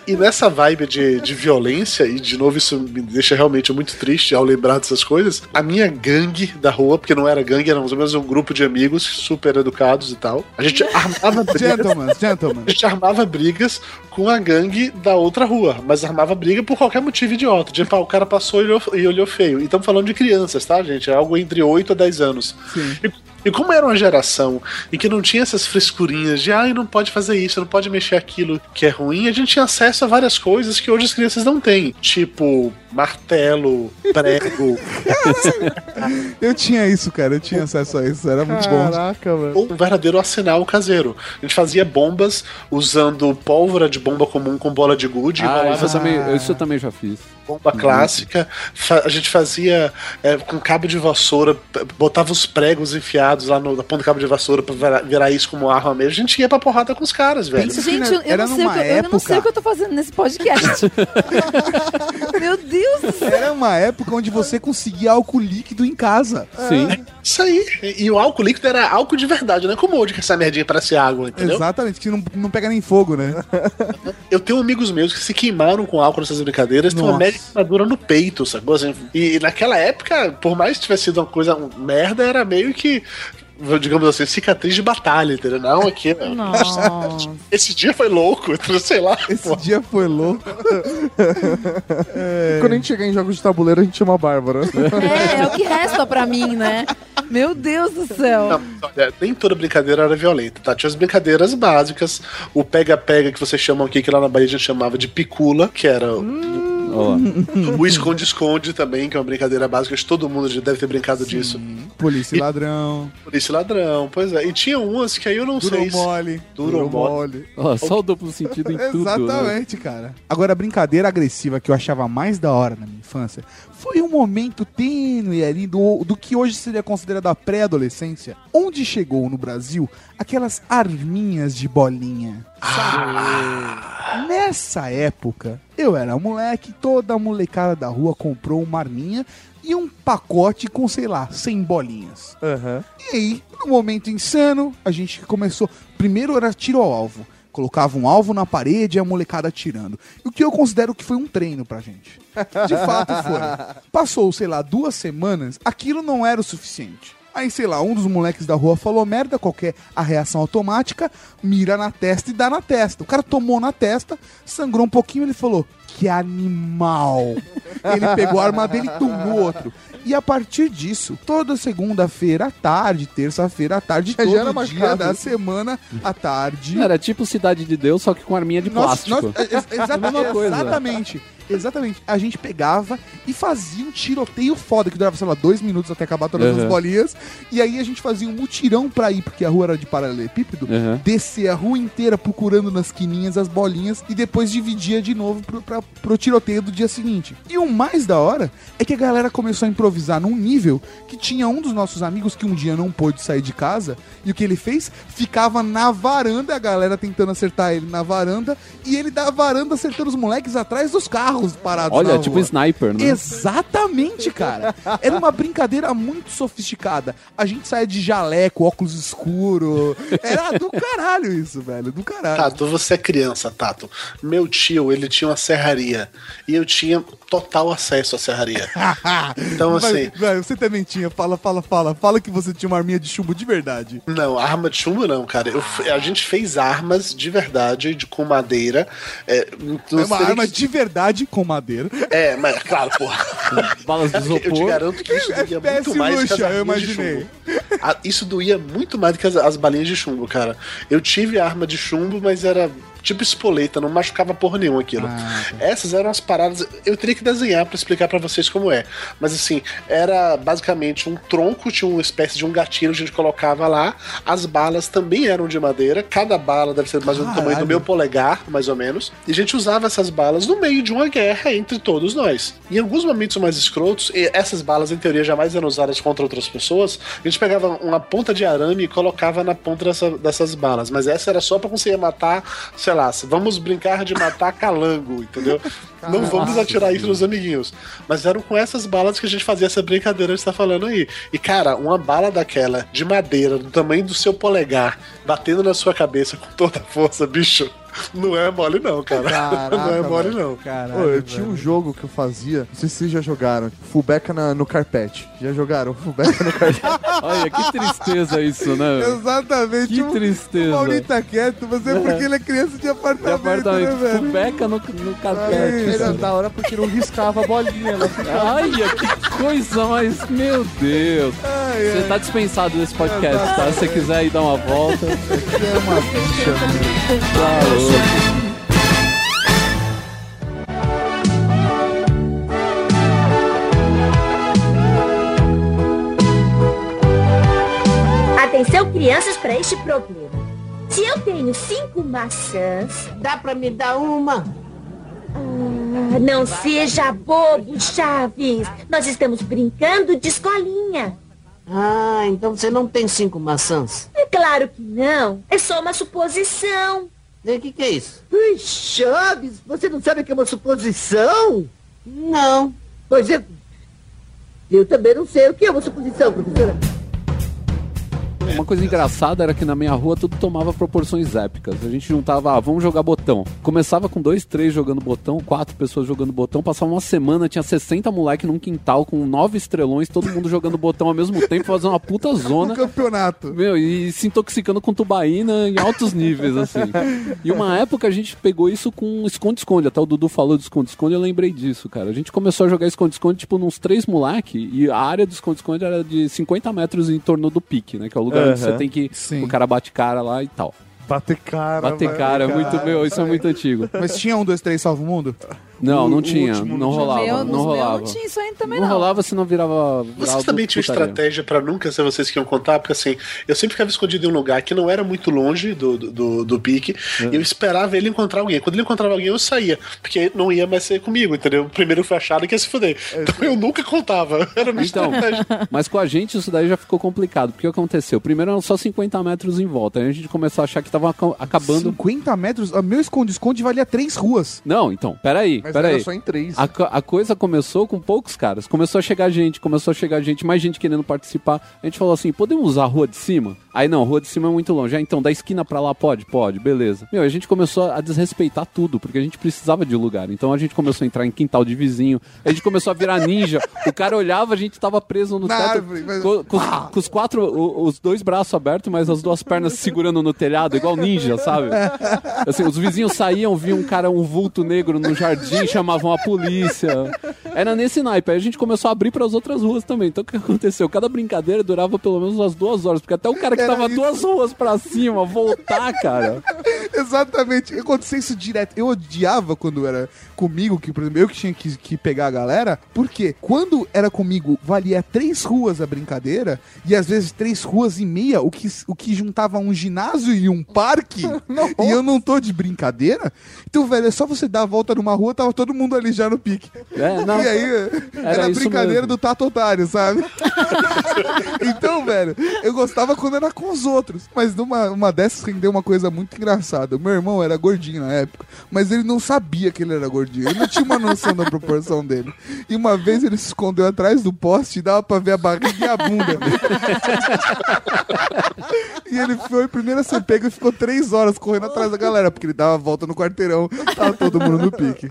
E nessa vibe de, de violência, e de novo isso me deixa realmente muito triste ao lembrar dessas coisas, a minha gangue da rua, porque não era gangue, era mais ou menos um grupo de amigos super educados e tal. A gente armava brigas,
gentlemen, gentlemen.
a gente armava brigas com a gangue da outra rua, mas armava briga por qualquer motivo idiota. Tipo, ah, o cara passou e olhou, e olhou feio. E estamos falando de crianças, tá, gente? É algo entre 8 a 10 anos. E, e como era uma geração em que não tinha essas frescurinhas de ai, não pode fazer isso, não pode mexer aquilo que é ruim, a gente tinha acesso a várias coisas que hoje as crianças não têm. Tipo, martelo, prego,
Eu tinha isso, cara. Eu tinha acesso a isso.
é
Era muito bom.
Caraca, velho.
ou um verdadeiro arsenal caseiro. A gente fazia bombas usando pólvora de bomba comum com bola de gude,
Ah,
enrolava
isso eu,
essa
também, isso eu também já fiz.
bomba
Uhum.
clássica, fa- a gente fazia é, com cabo de vassoura, p- botava os pregos enfiados lá no, na ponta do cabo de vassoura pra virar, virar isso como arma mesmo. A gente ia pra porrada com os caras, velho.
Pensa que
Gente,
na-
eu, eu
era
não sei o
numa
que, eu não sei o que eu tô fazendo nesse podcast. Meu Deus do céu.
Era uma época onde você conseguia álcool líquido em casa.
Sim.
Isso aí. E, e o álcool líquido era álcool de verdade, não é como hoje que essa merdinha parece água, entendeu?
Exatamente, que não, não pega nem fogo, né?
Eu tenho amigos meus que se queimaram com álcool nessas brincadeiras, tem uma
Nossa.
média queimadura no peito, sacou? Assim, e, e naquela época, por mais que tivesse sido uma coisa um, merda, era meio que, digamos assim, cicatriz de batalha, entendeu? Não, aqui, meu,
Nossa.
esse dia foi louco, sei lá.
Esse dia foi louco.
Quando a gente chegar em jogos de tabuleiro, a gente chama a Bárbara.
É, é o que resta pra mim, né? Meu Deus do céu.
Não, olha, nem toda brincadeira era violenta, tá? Tinha as brincadeiras básicas, o pega-pega que vocês chamam aqui, que lá na Bahia a gente chamava de picula, que era o-
Ó lá.
o esconde-esconde também, que é uma brincadeira básica, acho que todo mundo já deve ter brincado disso.
Polícia e ladrão,
Polícia e ladrão, pois é. E tinha umas que aí eu não
duro
sei
ou
se...
mole,
Duro ou
mole.
Ó, só o duplo sentido em tudo. né?
Exatamente, cara. Agora, a brincadeira agressiva que eu achava mais da hora na minha infância foi um momento tênue ali do, do que hoje seria considerado a pré-adolescência, onde chegou no Brasil aquelas arminhas de bolinha. Sabe? Nessa época, eu era moleque, toda a molecada da rua comprou uma arminha e um pacote com, sei lá, 100 bolinhas.
Aham.
E aí, num momento insano, a gente começou. Primeiro era tiro ao alvo. Colocava um alvo na parede e a molecada atirando. E o que eu considero que foi um treino pra gente. De fato foi. Passou, sei lá, duas semanas, aquilo não era o suficiente. Aí, sei lá, um dos moleques da rua falou merda, qualquer a reação automática, mira na testa e dá na testa. O cara tomou na testa, sangrou um pouquinho ele falou: Que animal! Ele pegou a arma dele e tomou outro. E a partir disso, toda segunda-feira à tarde, terça-feira à tarde,
Já
todo
era
dia
marcado.
da semana à tarde.
Era tipo Cidade de Deus, só que com arminha de
Nós-
plástico.
nós- é- é- exata-
mesma coisa.
Exatamente. Exatamente. A gente pegava e fazia um tiroteio foda, que durava, sei lá, dois minutos até acabar todas as
Uhum.
bolinhas. E aí a gente fazia um mutirão pra ir, porque a rua era de paralelepípedo.
Uhum.
Descer a rua inteira procurando nas quininhas as bolinhas e depois dividia de novo pro, pra, pro tiroteio do dia seguinte. E o mais da hora é que a galera começou a improvisar num nível que tinha um dos nossos amigos que um dia não pôde sair de casa e o que ele fez? Ficava na varanda, a galera tentando acertar ele na varanda e ele da varanda acertando os moleques atrás dos carros parados.
Olha,
na
tipo
rua.
sniper, né?
Exatamente, cara. Era uma brincadeira muito sofisticada. A gente saía de jaleco, óculos escuro. Era do caralho isso, velho. Do caralho.
Tato, você é criança, Tato. Meu tio, ele tinha uma serraria. E eu tinha total acesso à serraria. Então,
Vai-
assim-
vai, você também tinha. Fala, fala, fala. Fala que você tinha uma arminha de chumbo de verdade.
Não, arma de chumbo não, cara. Eu f- a gente fez armas de verdade, de, com madeira. É, não
É uma
sei nem
arma
que-
de verdade com madeira.
É, mas claro, porra.
Balas de
Eu te
isopor.
garanto que isso doía
FPS
muito mais que as
É luxa, eu
arminhas de
imaginei.
chumbo. A- isso doía muito mais do que as, as balinhas de chumbo, cara. Eu tive arma de chumbo, mas era tipo espoleta, não machucava porra nenhuma aquilo. Essas eram as paradas. Eu teria que desenhar pra explicar pra vocês como é. Mas assim, era basicamente um tronco, tinha uma espécie de um gatilho que a gente colocava lá. As balas também eram de madeira. Cada bala deve ser mais ou menos do tamanho do
Caralho.
meu polegar, mais ou menos. E a gente usava essas balas no meio de uma guerra entre todos nós. Em alguns momentos mais escrotos, e essas balas em teoria jamais eram usadas contra outras pessoas, a gente pegava uma ponta de arame e colocava na ponta dessa- dessas balas. Mas essa era só pra conseguir matar, sei lá, se vamos brincar de matar calango, entendeu? Não vamos atirar isso nos amiguinhos. Mas eram com essas balas que a gente fazia essa brincadeira que você tá falando aí. E, cara, uma bala daquela, de madeira, do tamanho do seu polegar, batendo na sua cabeça com toda a força, bicho, não é mole não, cara. não é mole não.
Caralho,
Ô, eu tinha um jogo que eu fazia, não sei se vocês já jogaram, Fubeca na- no Carpete. Já jogaram Fubeca no Carpete?
Olha, que tristeza isso, né?
Exatamente.
um
Que tristeza.
Tipo, O Maurinho tá quieto, mas é porque ele é criança de
De
apartamento, né,
apartamento,
velho? tá-
cubeca tipo, no, no
É
né? carpete.
Era da hora porque não riscava a bolinha. Ela
né? Olha, que coisa mais. Meu Deus.
Ai,
Você tá dispensado desse podcast, tá? Se você quiser ir dar uma volta.
ai, é uma bicha.
tá louco.
Atenção, crianças, para este problema. Se eu tenho cinco maçãs,
Dá pra me dar uma?
ah, não seja bobo, Chaves. Nós estamos brincando de escolinha.
Ah, então você não tem cinco maçãs.
É claro que não. É só uma suposição.
E O que, que é isso?
Ui, Chaves, você não sabe o que é uma suposição?
Não.
Pois é. Eu também não sei o que é uma suposição, professora.
Uma coisa engraçada era que na minha rua tudo tomava proporções épicas. A gente juntava, ah, vamos jogar botão. Começava com dois, três jogando botão, quatro pessoas jogando botão. Passava uma semana, tinha 60 moleque num quintal com nove estrelões, todo mundo jogando botão ao mesmo tempo, fazendo uma puta
Um
zona.
campeonato.
Meu, e se intoxicando com tubaína em altos níveis, assim. E uma época a gente pegou isso com esconde-esconde. Até o Dudu falou de esconde-esconde, eu lembrei disso, cara. A gente começou a jogar esconde-esconde, tipo, nos três moleque, e a área do esconde-esconde era de 50 metros em torno do pique, né? Que é o lugar onde
Aham.
você tem que.
Sim.
O cara bate cara lá e tal.
Bater cara.
Bater
vai-
cara, é muito. Meu, isso é muito antigo.
Mas tinha um, dois, três, salva o mundo?
Não,
O-
não
o
tinha.
último não
Não
tinha.
rolava.
Meu, nos
não
meus
rolava.
não tinha isso aí também,
Não
não.
rolava, senão virava. virava
Vocês também tinham
putaria.
estratégia pra nunca ser vocês que iam contar, porque assim, eu sempre ficava escondido em um lugar que não era muito longe do, do- do, do pique,
É.
e eu esperava ele encontrar alguém. Quando ele encontrava alguém, eu saía, porque não ia mais ser comigo, entendeu? O primeiro que foi achado que ia se fuder. Então eu nunca contava. Era uma
É, Então,
estratégia.
mas com a gente isso daí já ficou complicado. Porque o que aconteceu? Primeiro eram só 50 metros em volta. Aí a gente começou a achar que tava aca- acabando.
50 metros? Ah, Meu esconde-esconde valia três ruas.
Não, então, peraí,
Mas era
peraí.
só em três.
A, co- a coisa começou com poucos caras. Começou a chegar gente, começou a chegar gente, mais gente querendo participar. A gente falou assim: podemos usar a rua de cima? Aí não, rua de cima é muito longe. Ah, então, da esquina pra lá pode? Pode, beleza. Meu, a gente começou a desrespeitar tudo, porque a gente precisava de lugar. Então a gente começou a entrar em quintal de vizinho, a gente começou a virar ninja. o cara olhava, a gente tava preso no
Na
teto.
árvore, mas-
co- com, os- com os quatro, o- os dois braços abertos, mas as duas pernas se segurando no telhado, igual ninja, sabe? Assim, os vizinhos saíam, viam um cara, um vulto negro no jardim, chamavam a polícia. Era nesse naipe. Aí a gente começou a abrir para as outras ruas também. Então o que aconteceu? Cada brincadeira durava pelo menos umas duas horas, porque até o cara que
Era
tava
isso.
duas ruas pra cima voltar, cara.
Exatamente. Acontecia isso direto. Eu odiava quando era comigo, que, por exemplo, eu que tinha que, que pegar a galera, porque quando era comigo, valia três ruas a brincadeira, e às vezes três ruas e meia, o que, o que juntava um ginásio e um parque, e eu não tô de brincadeira. Então, velho, é só você dar a volta numa rua, tava todo mundo ali já no pique.
É, não.
E aí, era, a
isso
brincadeira
mesmo.
do Tato Otário, sabe? então, velho, eu gostava quando era com os outros. Mas numa uma dessas rendeu uma coisa muito engraçada. O meu irmão era gordinho na época, mas ele não sabia que ele era gordinho. Ele não tinha uma noção da proporção dele. E uma vez ele se escondeu atrás do poste e dava pra ver a barriga e a bunda. E ele foi primeiro a ser pego e ficou três horas correndo atrás da galera, porque ele dava a volta no quarteirão, tava todo mundo no pique.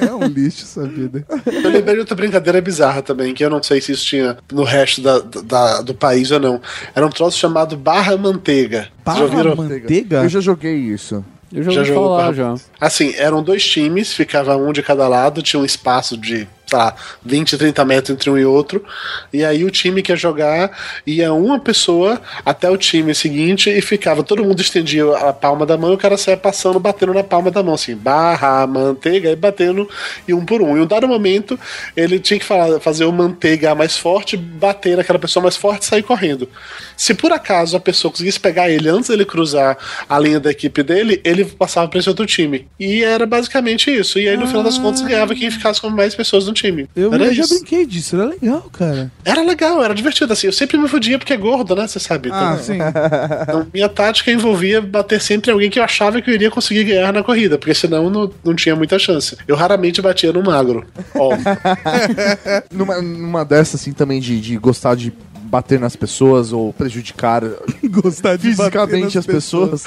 É um lixo essa vida.
Eu lembrei de outra brincadeira bizarra também, que eu não sei se isso tinha no resto da- da- do país ou não. Era um troço chamado barra manteiga. Vocês já ouviram?
manteiga?
Eu já joguei isso.
Eu já
Já
ouvi
jogou
falar
com a-
já.
Assim, eram dois times, ficava um de cada lado, tinha um espaço de sei lá, 20, 30 metros entre um e outro. E aí o time que ia jogar ia uma pessoa até o time seguinte e ficava, todo mundo estendia a palma da mão e o cara saia passando, batendo na palma da mão, assim, barra, manteiga, e batendo e um por um. E um dado momento ele tinha que falar- fazer o manteiga mais forte, bater naquela pessoa mais forte e sair correndo. Se por acaso a pessoa conseguisse pegar ele antes dele cruzar a linha da equipe dele, ele passava para esse outro time. E era basicamente isso. E aí no final das contas ganhava quem ficasse com mais pessoas no time.
Ah. Eu,
era
eu já
isso.
brinquei disso, era legal, cara.
Era legal, era divertido assim. Eu sempre me fudia porque é gordo, né? Você sabe.
Ah,
Então,
sim.
então, minha tática envolvia bater sempre em alguém que eu achava que eu iria conseguir ganhar na corrida, porque senão não, não tinha muita chance. Eu raramente batia no magro. Ó,
numa, numa dessa, assim, também de, de gostar de bater nas pessoas ou prejudicar
gostar de bater nas
fisicamente as pessoas,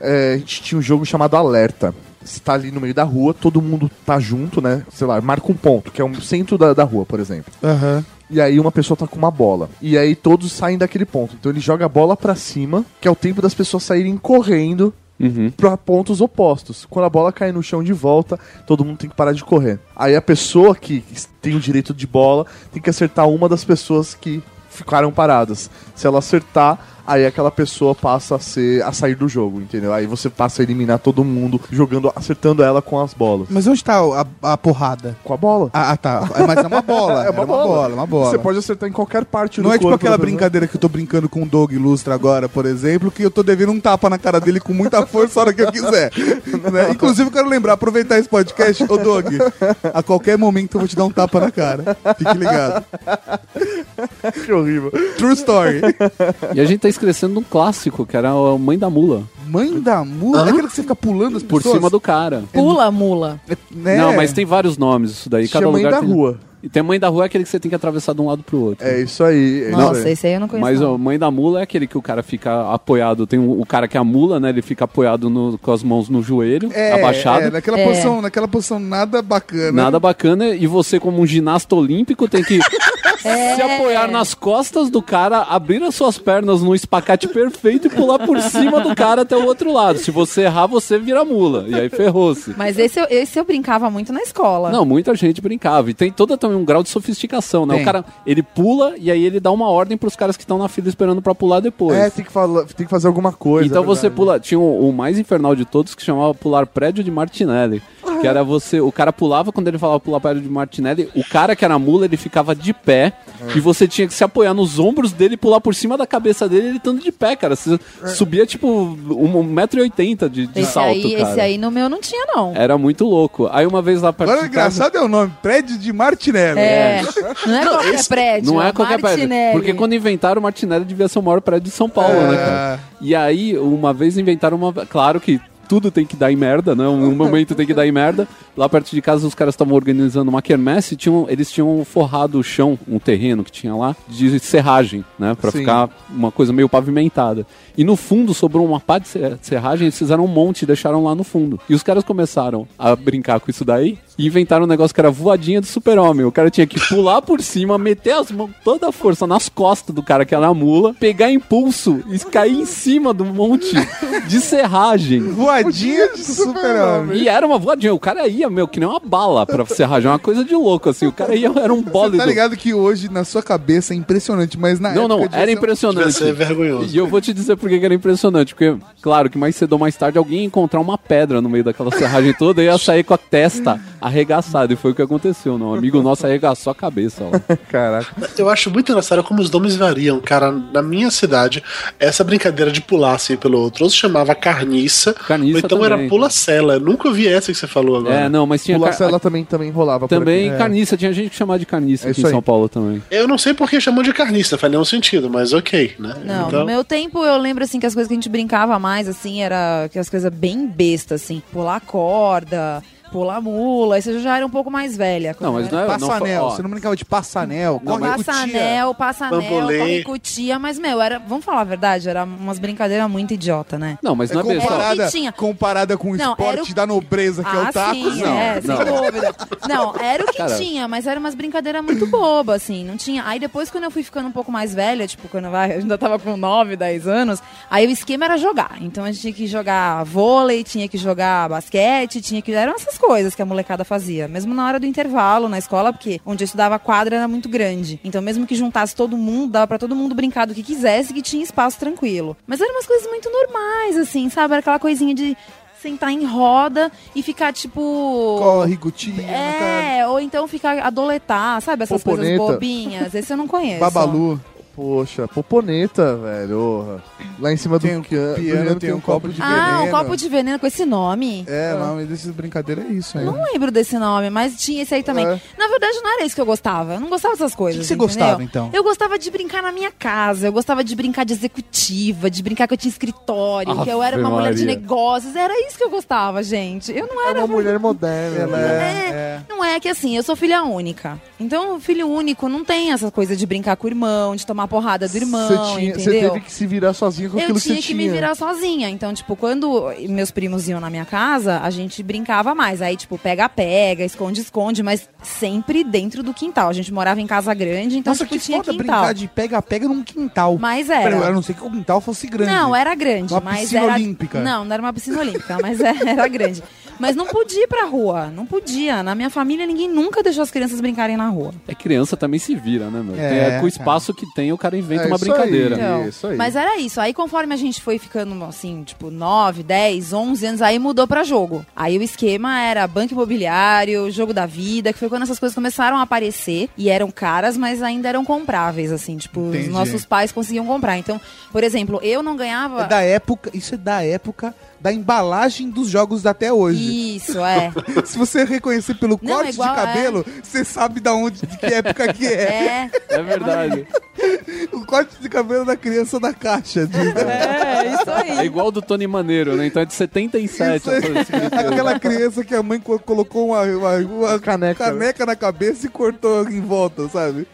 é, a gente tinha um jogo chamado Alerta. Você tá ali no meio da rua, todo mundo tá junto, né? Sei lá, marca um ponto, que é um centro da, da rua, por exemplo.
Aham.
E aí uma pessoa tá com uma bola. E aí todos saem daquele ponto. Então ele joga a bola pra cima, que é o tempo das pessoas saírem correndo
Uhum.
pra pontos opostos. Quando a bola cai no chão de volta, todo mundo tem que parar de correr. Aí a pessoa que tem o direito de bola tem que acertar uma das pessoas que ficaram paradas. Se ela acertar, aí aquela pessoa passa a ser a sair do jogo, entendeu? Aí você passa a eliminar todo mundo jogando, acertando ela com as bolas.
Mas onde tá a, a porrada?
Com a bola.
Ah, ah, tá. É, Mas é uma bola.
É
é
uma
uma,
bola.
bola, uma bola.
Você pode acertar em qualquer parte
Não
do né?
é tipo
corpo
aquela
da pessoa.
brincadeira que eu tô brincando com o Doug Ilustra agora, por exemplo, que eu tô devendo um tapa na cara dele com muita força a hora que eu quiser. né? Inclusive, eu quero lembrar, aproveitar esse podcast, ô Doug, a qualquer momento eu vou te dar um tapa na cara. Fique ligado.
Que horrível.
True story.
E a gente tá esquecendo um clássico, que era a Mãe da Mula.
Mãe da mula? É aquela que você fica pulando as
Por
pessoas?
cima do cara.
Pula, mula.
Né?
Não, mas tem vários nomes isso daí. Cada
Tinha Mãe
lugar
da
tem... um
Rua.
E tem Mãe da Rua é aquele que você tem que atravessar de um lado pro outro.
É isso aí. é isso
Nossa,
aí.
esse aí eu não conheço.
Mas
não.
ó, Mãe da Mula é aquele que o cara fica apoiado. Tem o, o cara que é a mula, né? Ele fica apoiado no- com as mãos no joelho,
É,
abaixado.
é, naquela,
É.
Posição, naquela posição nada bacana.
Nada bacana. E você, como um ginasta olímpico, tem que
É.
se apoiar nas costas do cara, abrir as suas pernas num espacate perfeito e pular por cima do cara até o outro lado. Se você errar, você vira mula. E aí ferrou-se.
Mas esse eu, esse eu brincava muito na escola.
Não, muita gente brincava. E tem toda também um grau de sofisticação, né?
Tem.
O cara, ele pula e aí ele dá uma ordem pros caras que estão na fila esperando pra pular depois.
É, tem que, fala- tem que fazer alguma coisa.
Então
é
você
né?
verdade.
pula. Tinha o, o mais infernal de todos que chamava pular prédio de Martinelli. Que era você. O cara pulava quando ele falava pular prédio de Martinelli. O cara que era mula, ele ficava de pé. E você tinha que se apoiar nos ombros dele e pular por cima da cabeça dele, ele estando de pé, cara. Você subia tipo 1,80m de, de
esse
salto,
aí,
cara.
esse aí no meu não tinha, não.
Era muito louco. Aí uma vez lá perto
Agora,
de casa-
engraçado é o nome. Prédio de Martinelli.
É. Não é qualquer prédio.
Não
ó,
é qualquer
Martinelli.
prédio. Porque quando inventaram o Martinelli, devia ser o maior prédio de São Paulo, né,
É.
cara? E aí, uma vez inventaram uma. Claro que tudo tem que dar em merda, né? Um um momento tem que dar em merda. Lá perto de casa, os caras estavam organizando uma quermesse e tinham, eles tinham forrado o chão, um terreno que tinha lá, de serragem, né? Pra
Sim.
ficar uma coisa meio pavimentada. E no fundo sobrou uma pá de ser- serragem, eles fizeram um monte e deixaram lá no fundo. E os caras começaram a brincar com isso daí e inventaram um negócio que era voadinha do super-homem. O cara tinha que pular por cima, meter as mãos, toda a força nas costas do cara que era a mula, pegar impulso e cair em cima do monte de serragem.
Voadinha de super-homem.
E era uma voadinha, o cara ia, meu, que nem uma bala pra serragem, uma coisa de louco, assim. O cara ia, era um
Você
bólido.
tá ligado que hoje na sua cabeça é impressionante, mas na
Não,
época
não,
devia
era
ser um-
Devia
impressionante.
ser vergonhoso.
E eu vou te dizer por que que era impressionante, porque, claro, que mais cedo ou mais tarde alguém ia encontrar uma pedra no meio daquela serragem toda e ia sair com a testa arregaçada. E foi o que aconteceu, não. Um amigo nosso arregaçou a cabeça lá.
Caraca.
Eu acho muito engraçado como os nomes variam, cara. Na minha cidade, essa brincadeira de pular assim pelo outro, ou se chamava carniça,
Carniça
ou então
também.
era pula-cela. né? Eu nunca ouvi essa que você falou agora.
É, não, mas tinha.
Pular
Car...
cela também, também rolava por
Também
aqui.
é.
carniça, tinha gente que chamava de carniça
É
aqui
isso
em
aí.
São Paulo também.
Eu não sei por que chamam de carniça, faz nenhum sentido, mas ok, né?
Não, no meu tempo eu lembro assim que as coisas que a gente brincava mais assim era que as coisas bem bestas assim, pular corda, pular mula, isso eu já era um pouco mais velha.
Não, mas não é. não,
Passa
fa-
anel,
ó,
você não brincava de passa anel,
Não,
corre
passa
cutia.
anel, passa anel,
Bambolê.
corre cutia, mas meu, era, vamos falar a verdade, era umas brincadeiras muito idiota, né?
não, mas
É
não é besta. ó.
É
comparada,
que tinha.
comparada com o
Não, era
esporte
o- Ah,
da nobreza que é o taco.
sim,
não,
é,
não.
sem dúvida. Não, era o que
Cara.
tinha, mas era umas brincadeiras muito bobas, assim, não tinha. Aí depois, quando eu fui ficando um pouco mais velha, tipo, quando eu vai- eu ainda tava com 9, 10 anos, aí o esquema era jogar. Então a gente tinha que jogar vôlei, tinha que jogar basquete, tinha que. Eram essas coisas que a molecada fazia, mesmo na hora do intervalo na escola, porque onde eu estudava a quadra era muito grande. Então, mesmo que juntasse todo mundo, dava pra todo mundo brincar do que quisesse, que tinha espaço tranquilo. Mas eram umas coisas muito normais, assim, sabe? Era aquela coisinha de sentar em roda e ficar tipo.
Corre, né, gotinha.
É, ou então ficar adoletar, sabe? Essas
Poponeta.
coisas bobinhas. Esse eu não conheço.
Babalu. Poxa, poponeta, velho. Lá em cima do piano,
piano, tem um copo de
Ah, um copo de veneno com esse nome. Ah.
É, o nome dessas brincadeiras é isso aí.
Não lembro desse nome, mas tinha esse aí também.
É.
Na verdade, não era isso que eu gostava. Eu não gostava dessas coisas.
O que que você
entendeu?
gostava, então?
Eu gostava de brincar na minha casa. Eu gostava de brincar de executiva, de brincar que eu tinha escritório, que eu era uma
Ave
mulher de
Maria.
negócios. Era isso que eu gostava, gente. Eu não era.
É Uma mulher moderna,
É,
né?
Não é que assim, eu sou filha única. Então, filho único não tem essa coisa de brincar com o irmão, de tomar porrada do irmão, entendeu?
Você teve que se virar sozinha com
Eu
aquilo
tinha
que
que
você tinha.
me virar sozinha. Então, tipo, quando meus primos iam na minha casa, a gente brincava mais. Aí, tipo, pega-pega, esconde-esconde, mas sempre dentro do quintal. A gente morava em casa grande, então,
Nossa,
tipo,
que
tinha
foda
quintal.
brincar de pega-pega num quintal.
Mas era.
Pera, A não ser que o quintal fosse grande.
Não, era grande,
Uma
mas
piscina
era.
olímpica.
Não, não era uma piscina olímpica, mas é, era, era grande. Mas não podia ir pra rua, não podia. Na minha família, ninguém nunca deixou as crianças brincarem na rua.
É criança também se vira, né, meu?
É,
Tem- É, com
cara.
o espaço que tem, o cara inventa
É
uma
isso
brincadeira.
aí, Então, isso
Mas era isso. Aí conforme a gente foi ficando assim, tipo, 9, 10, 11 anos, aí mudou pra jogo. Aí o esquema era banco imobiliário, jogo da vida, que foi quando essas coisas começaram a aparecer e eram caras, mas ainda eram compráveis, assim, tipo,
Entendi.
os nossos pais conseguiam comprar. Então, por exemplo, eu não ganhava.
É da época, isso é da época da embalagem dos jogos até hoje.
Isso, é.
Se você reconhecer pelo
Não,
corte
igual, é.
de cabelo, você sabe da onde, de que época que é.
É.
É verdade.
O corte de cabelo da criança da caixa. de- né?
É, isso
É igual ao do Tony Maneiro, né? Então é de 77.
Isso aí.
essa- esse brinquedo.
Aquela criança que a mãe co- colocou uma, uma- uma caneca. na cabeça e cortou em volta, sabe?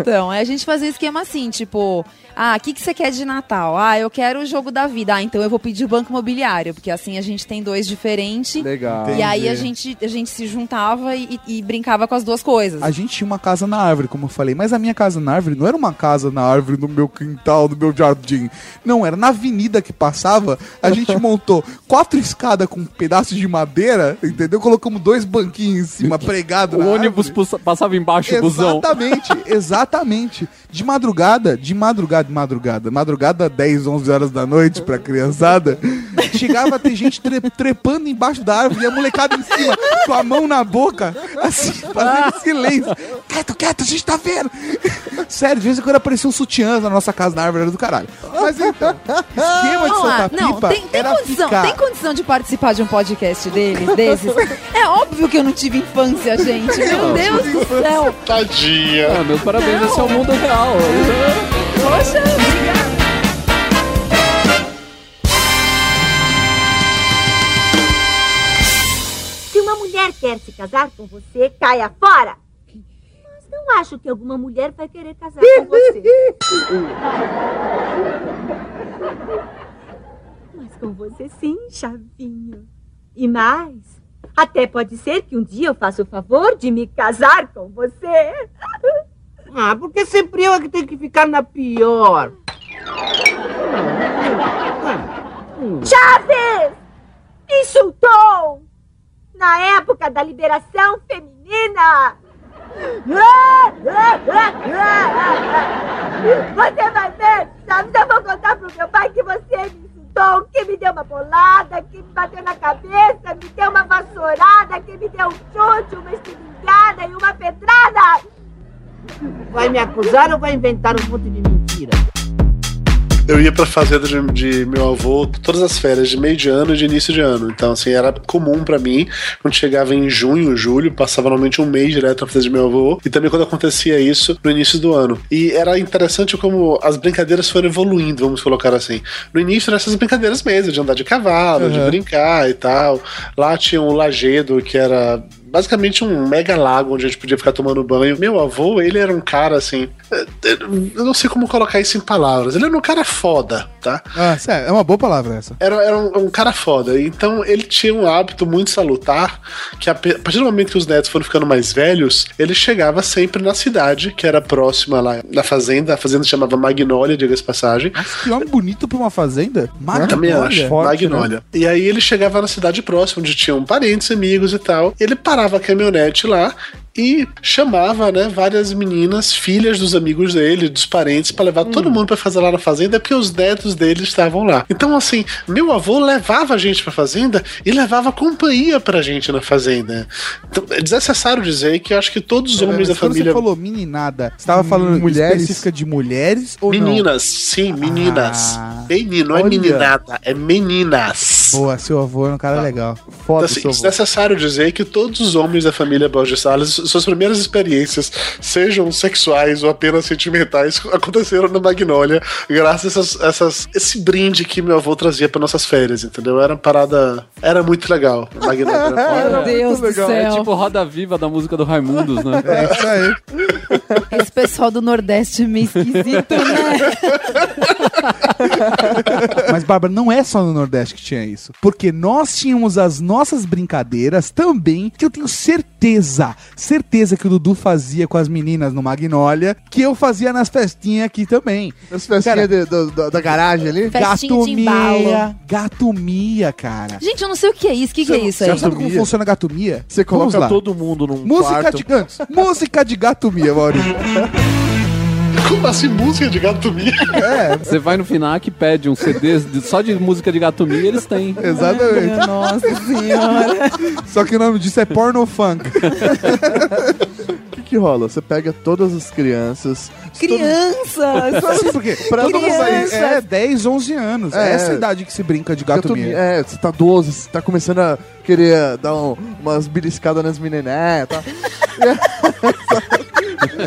Então, aí a gente fazia um esquema assim, tipo, ah, o que, que você quer de Natal? Ah, eu quero o jogo da vida. Ah, então eu vou pedir o banco imobiliário, porque assim a gente tem dois diferentes.
Legal.
E aí a
Entendi.
gente, a gente se juntava e, e brincava com as duas coisas.
A gente tinha uma casa na árvore, como eu falei, mas a minha casa na árvore não era uma casa na árvore no meu quintal, no meu jardim. Não, era na avenida que passava. A gente montou quatro escadas com um pedaço de madeira, entendeu? Colocamos dois banquinhos em cima, pregado.
O
na
ônibus pus- passava embaixo do busão.
Exatamente, exatamente. De madrugada, de madrugada, de madrugada, madrugada 10, 11 horas da noite pra criançada, chegava a ter gente tre- trepando embaixo da árvore e a molecada em cima, com a mão na boca, assim, fazendo silêncio. Quieto, quieto, a gente tá vendo. Sério, de vez em quando aparecia um sutiã na nossa casa na árvore era do caralho. Mas então, esquema de
Vamos lá.
soltar
não,
pipa
tem, tem
era
condição,
ficar...
tem condição de participar de um podcast deles, desses? É óbvio que eu não tive infância, gente. Meu
Não,
Deus
tive
do céu.
Tadinha.
Ah, meus parabéns, esse é o mundo real.
Poxa,
Se uma mulher quer se casar com você, caia fora! Mas não acho que alguma mulher vai querer casar com você. Mas com você sim, chavinho. E mais, até pode ser que um dia eu faça o favor de me casar com você.
Ah, porque sempre eu é que tenho que ficar na pior.
Chaves! Me Insultou! Na época da liberação feminina! Você vai ver, Chaves, eu vou contar pro meu pai que você me insultou, que me deu uma bolada, que me bateu na cabeça, me deu uma vassourada, que me deu um chute, uma espingada e uma pedrada!
Vai me acusar ou vai inventar um monte de mentira?
Eu ia pra fazenda de, de meu avô todas as férias, de meio de ano e de início de ano. Então, assim, era comum pra mim, quando chegava em junho, julho, passava normalmente um mês direto na fazenda de meu avô. E também quando acontecia isso no início do ano. E era interessante como as brincadeiras foram evoluindo, vamos colocar assim. No início eram essas brincadeiras mesmo, de andar de cavalo, de
Uhum.
brincar e tal. Lá tinha um lajedo que era basicamente um mega lago onde a gente podia ficar tomando banho. Meu avô, ele era um cara assim. eh, eh, Eu não sei como colocar isso em palavras. Ele era um cara foda, tá?
Ah, sério, é uma boa palavra essa.
Era, era um, um cara foda. Então ele tinha um hábito muito salutar que a, pe- a partir do momento que os netos foram ficando mais velhos, ele chegava sempre na cidade, que era próxima lá na fazenda. A fazenda se chamava Magnólia, diga-se de passagem.
Que homem bonito pra uma fazenda. Magnólia.
Também acho.
né?
Magnólia. E aí ele chegava na cidade próxima, onde tinham parentes, amigos e tal. Ele parava a caminhonete lá e chamava, né, várias meninas, filhas dos amigos dele, dos parentes, pra levar todo mundo pra fazer lá na fazenda, porque os netos dele estavam lá. Então, assim, meu avô levava a gente pra fazenda e levava companhia pra gente na fazenda. Então, é desnecessário dizer que eu acho que todos os homens da
Mas quando
família...
Você falou meninada. Você tava falando
Mulheres?
específica de mulheres ou não? Ah.
Meninas, sim, meninas. Menino, não é
olha.
meninada, é meninas.
Boa, seu avô é um
Tá.
cara legal.
Então,
Foda-se,
assim, desnecessário dizer que todos os homens da família Borges Salles, suas primeiras experiências, sejam sexuais ou apenas sentimentais, aconteceram na Magnólia, graças a essas, essas- esse brinde que meu avô trazia para nossas férias, entendeu? Era uma parada. Era muito legal. Magnólia era foda.
Meu Deus do
É
céu.
tipo Roda Viva da música do Raimundos, né?
É isso aí.
Esse pessoal do Nordeste é meio esquisito, né?
Mas, Bárbara, não é só no Nordeste que tinha isso. Porque nós tínhamos as nossas brincadeiras também, que eu tenho certeza, certeza que o Dudu fazia com as meninas no Magnólia, que eu fazia nas festinhas aqui também.
Nas festinhas de- do- do- da garagem ali?
Festinha
Festinha de embalo.
gatomia, gatomia, cara.
Gente, eu não sei o que é isso. O que, que é isso aí?
Você sabe como funciona a gatomia?
Você
Vamos
coloca
lá.
todo mundo num
Música
quarto.
de cantos. Música de gatomia, Maurício.
Como assim, música de gato minha?
É,
Você vai no Finac, pede um CD de- só de música de gatomia e eles têm.
É.
exatamente.
Nossa senhora.
Só que o nome disso é porno funk.
O que, que rola? Você pega todas as crianças.
Crianças!
Sabe por quê?
Pra
Todo mundo aí
crianças.
é 10, 11 anos. É
É.
essa idade que se brinca de
Gatomia.
gatomia.
É, você tá 12, você tá começando a querer dar um- umas beliscadas nas meninas, tá?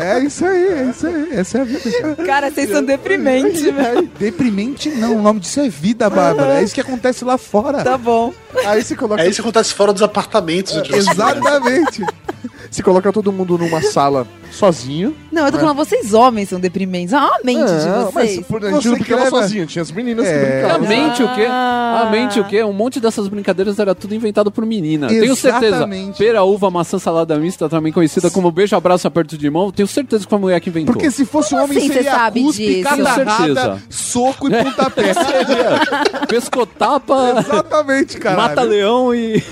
É isso aí, é isso aí. Essa é a vida. cara.
Cara, vocês são deprimentes, velho.
Deprimente não, o nome disso é vida, Bárbara. É isso que acontece lá fora.
Tá bom.
Aí você coloca.
É isso que acontece fora dos apartamentos.
É, um
né? onde você mora.
Exatamente.
Você coloca todo mundo numa sala sozinho.
Não, eu tô falando, vocês homens são deprimentes. Ah, a mente de
Não,
vocês.
Mas por, a gente não
Você
brincava
leva-
sozinho, tinha as meninas
É.
que
A
brincavam.
mente o quê?
Ah.
A mente o quê? Um monte dessas brincadeiras era tudo inventado por menina. Tenho certeza.
Exatamente.
Pera, uva, maçã, salada mista, também conhecida como beijo, abraço, aperto de mão. Tenho certeza que foi a mulher que inventou.
Porque se fosse um
Como
homem,
assim
seria
você sabe
cuspe,
disso?
catarrada,
Certeza.
soco e pontapé.
Pescotapa,
Exatamente, cara.
mata-leão e...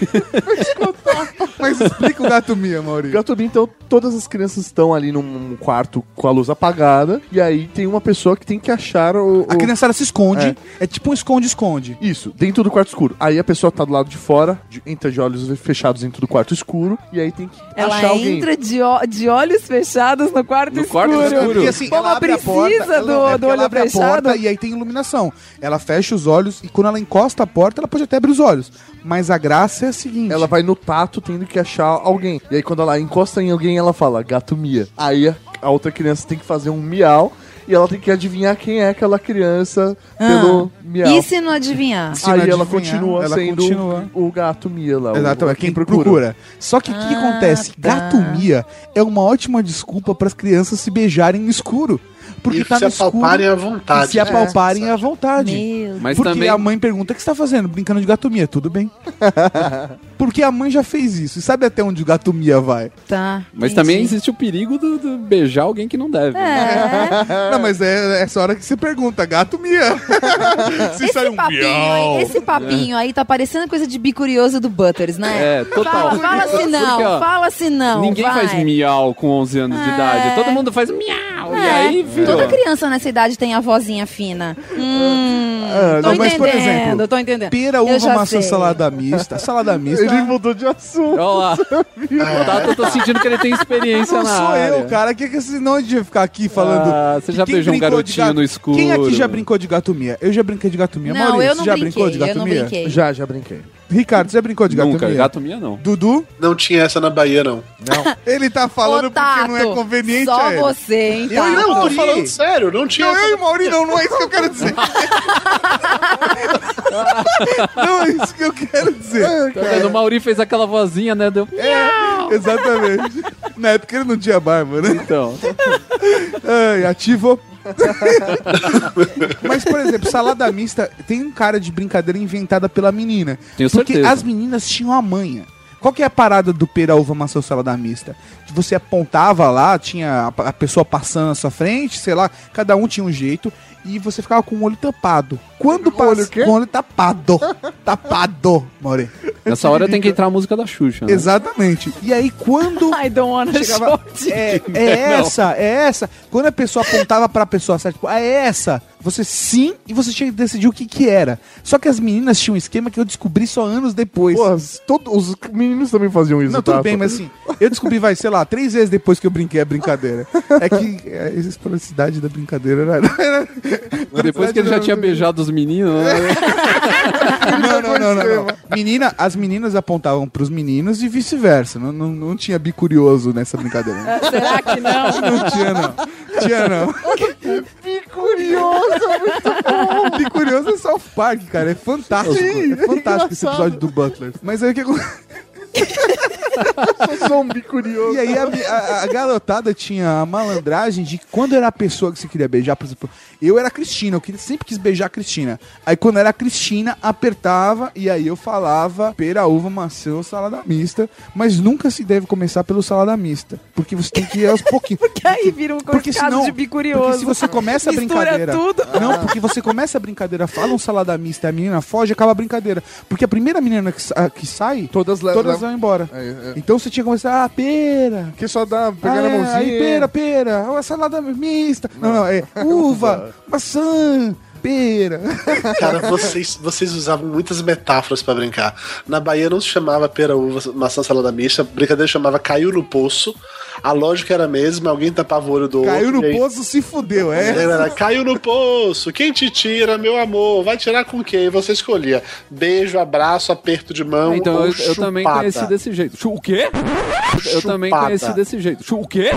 Mas explica o gato Mia, Maurício.
Gatomia, então, todas as crianças estão ali num quarto com a luz apagada, e aí tem uma pessoa que tem que achar o.
A
o-
criançada se esconde. É, tipo um esconde-esconde.
Isso, dentro do quarto escuro. Aí a pessoa tá do lado de fora, de- entra de olhos fechados dentro do quarto escuro, e aí tem que
Ela
achar alguém.
entra de, ó- de olhos fechados no quarto
No
escuro.
quarto escuro.
Porque assim,
Como
ela abre a
precisa
porta, ela-
do-
é porque
do olho
ela abre a porta
fechado?
e aí tem iluminação. Ela fecha os olhos e quando ela encosta a porta, ela pode até abrir os olhos. Mas a graça é a seguinte.
Ela vai no tato tendo que achar alguém. E aí quando ela encosta em alguém, ela fala, gato mia. Aí a, a outra criança tem que fazer um miau e ela tem que adivinhar quem é aquela criança pelo miau.
E se não adivinhar?
Se não
aí ela
adivinhar,
continua
ela
sendo
continua.
o gato mia lá. o-
Exato, é quem procura. Só que o que, que
Ah,
acontece?
tá.
Gatomia é uma ótima desculpa para as crianças se beijarem no escuro. Porque
E
tá
se
no escuro
apalparem à
e
vontade. né?
se apalparem
É.
à vontade.
Meu
Mas
porque
também...
a mãe pergunta o que você tá fazendo, brincando de gatomia, tudo bem? porque a mãe já fez isso, e sabe até onde o gatomia vai.
tá.
Mas
entendi.
também existe o perigo do, do beijar alguém que não deve. né?
É.
Não, mas é essa hora que você pergunta, gatomia. se sai
Esse
um
papinho, aí, esse papinho aí tá parecendo coisa de bicurioso do Butters, né?
É, total.
Fala, fala se não,
Porque, ó,
fala se não.
Ninguém
vai.
faz miau com 11 anos de
É.
idade. Todo mundo faz miau. E
É,
aí, filho...
Toda criança nessa idade tem a vozinha fina. Hum,
É,
tô
não,
entendendo,
mas, por exemplo,
tô entendendo.
Pera,
Eu
uva,
já
maçã,
sei.
salada mista. Salada mista. é
Ele mudou de assunto.
Olha lá. O Tato, eu tô sentindo que ele tem experiência
Não
na
sou
área.
eu, cara. Que que senão a gente ia ficar aqui falando.
Ah, você
que
já
quem
beijou um
brincou de
garotinho
gato-
no escuro.
Quem aqui já brincou de gatomia? Eu já brinquei de gatomia.
Não,
Maurício,
eu não
já
brinquei,
brincou de
eu não
gatomia?
brinquei.
Já, já brinquei.
Ricardo, você brincou de gato
Nunca,
mia?
gato mia não.
Dudu?
Não tinha essa na Bahia, não.
Não. Ele tá falando porque não é conveniente
Só
a ele.
você, hein?
Eu
Tato?
não, tô falando sério, não tinha.
Não, eu e o Mauri não, não é isso que eu quero dizer. não é isso que eu quero dizer.
Tá vendo? O Mauri fez aquela vozinha, né? Deu...
É, exatamente. Na época ele não tinha barba, né?
Então,
Ai, ativo. Mas, por exemplo, salada mista tem um cara de brincadeira inventada pela menina.
Tenho
porque
certeza.
as meninas tinham a manha. Qual que é a parada do pera, uva, maçã, ou salada mista? Que Você apontava lá, tinha a a pessoa passando na sua frente, sei lá, cada um tinha um jeito, e você ficava com o olho tampado. Quando passa...
olho o quê?
Com o olho tapado. tapado, More.
nessa hora tem que entrar a música da Xuxa. Né?
Exatamente. E aí, quando
I don't wanna
chegava-
short.
é, é essa, é essa. Quando a pessoa apontava pra pessoa certa, tipo, ah, é essa. Você sim, e você tinha que decidir o que que era. Só que as meninas tinham um esquema que eu descobri só anos depois.
Porra, todos os meninos também faziam isso,
Não, tudo
tá?
bem, mas assim, eu descobri, vai, sei lá, três vezes depois que eu brinquei a brincadeira. É que é, a explosividade da brincadeira era... era-
Depois que ele já tinha beijado os meninos, né?
Não, não, não, não, não. Menina, as meninas apontavam pros meninos e vice-versa. Não, não, não tinha bicurioso nessa brincadeira.
É, Será que não?
Não tinha, não. Tinha, não.
Curioso,
E curioso é South Park, cara. É fantástico. é fantástico esse
engraçado.
episódio do Butler. Mas aí o que acontece?
zumbi curioso.
E aí a, a- a garotada tinha a malandragem de que quando era a pessoa que você queria beijar, por exemplo, eu era a Cristina, eu queria- sempre quis beijar a Cristina. Aí quando era a Cristina, apertava e aí eu falava pera, uva, maçã ou salada mista. Mas nunca se deve começar pelo salada mista, porque você tem que ir aos pouquinhos.
Porque aí vira um
Porque
caso
senão-
de
Porque
bicurioso.
se você começa a
Mistura
brincadeira.
tudo.
Não, porque você começa a brincadeira, fala um salada mista, a menina foge, acaba a brincadeira. Porque a primeira menina que, sa- que sai,
Todas levam.
todas vão embora.
É, é.
Então você tinha que começar, ah, pera.
Que só dá
Ah,
pegar na
é,
mãozinha.
Aí, pera, pera, "Ah, uma salada mista. Não, não, é uva, maçã, pera.
Cara, vocês, vocês usavam muitas metáforas pra brincar. Na Bahia não se chamava pera, uva, maçã, salada mista. Brincadeira chamava caiu no poço. A lógica era a mesma, alguém tapava o olho do
Caiu
outro.
no
e aí-
poço, se fudeu, é.
Era, caiu no poço, quem te tira, meu amor? Vai tirar com quem? E Você escolhia. Beijo, abraço, aperto de
É um
mão.
Então
ou
eu, eu também
chupada.
conheci desse jeito. Chu- O quê? Eu também
Chupada.
conheci desse jeito. Chu- O quê?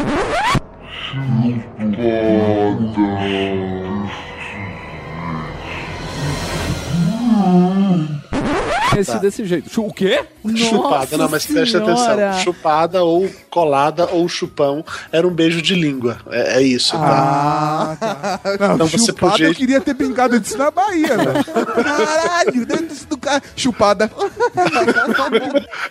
Tá.
Conheci desse jeito. Chu- O quê?
Chupada, não, mas preste atenção. Chupada ou colada ou chupão era um beijo de língua. É, é isso, tá?
Ah, tá. Não,
Então você
chupada,
podia-
eu queria ter brincado disso na Bahia, velho. Caralho, dentro disso do cara. Chupada.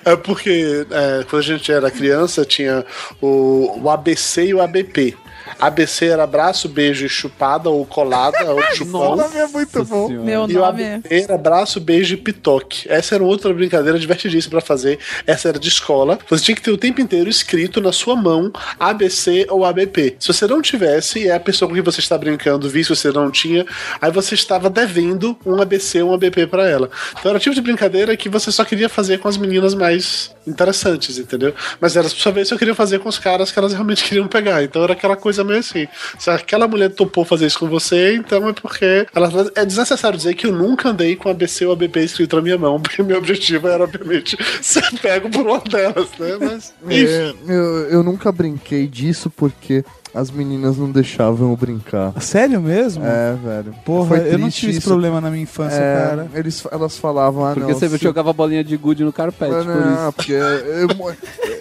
É porque é, quando a gente era criança tinha o, o ABC e o ABP. ABC era abraço, beijo e chupada ou colada ou chupão.
Nossa, é muito bom.
Senhora.
Meu
E o
nome é...
ABP era abraço, beijo e pitoque. Essa era outra brincadeira divertidíssima pra fazer. Essa era de escola. Você tinha que ter o tempo inteiro escrito na sua mão ABC ou ABP. Se você não tivesse, e a pessoa com quem você está brincando visse que você não tinha, aí você estava devendo um ABC ou um ABP pra ela. Então era o tipo de brincadeira que você só queria fazer com as meninas mais interessantes, entendeu? Mas era sua vez que eu queria fazer com os caras que elas realmente queriam pegar. Então era aquela coisa meio assim. Se aquela mulher topou fazer isso com você, então é porque. Ela, é desnecessário dizer que eu nunca andei com ABC ou ABP escrito na minha mão, porque meu objetivo era, obviamente, ser pego por uma delas, né? Mas. Enfim.
É, eu, eu nunca brinquei disso porque as meninas não deixavam eu brincar.
Sério mesmo?
É, velho.
Porra,
Foi
eu não
triste
tive esse
isso.
problema na minha infância,
É,
cara.
Eles, elas falavam, ah,
Porque
não,
você
se-
jogava bolinha de gude no carpete,
Ah,
por isso.
não, porque eu,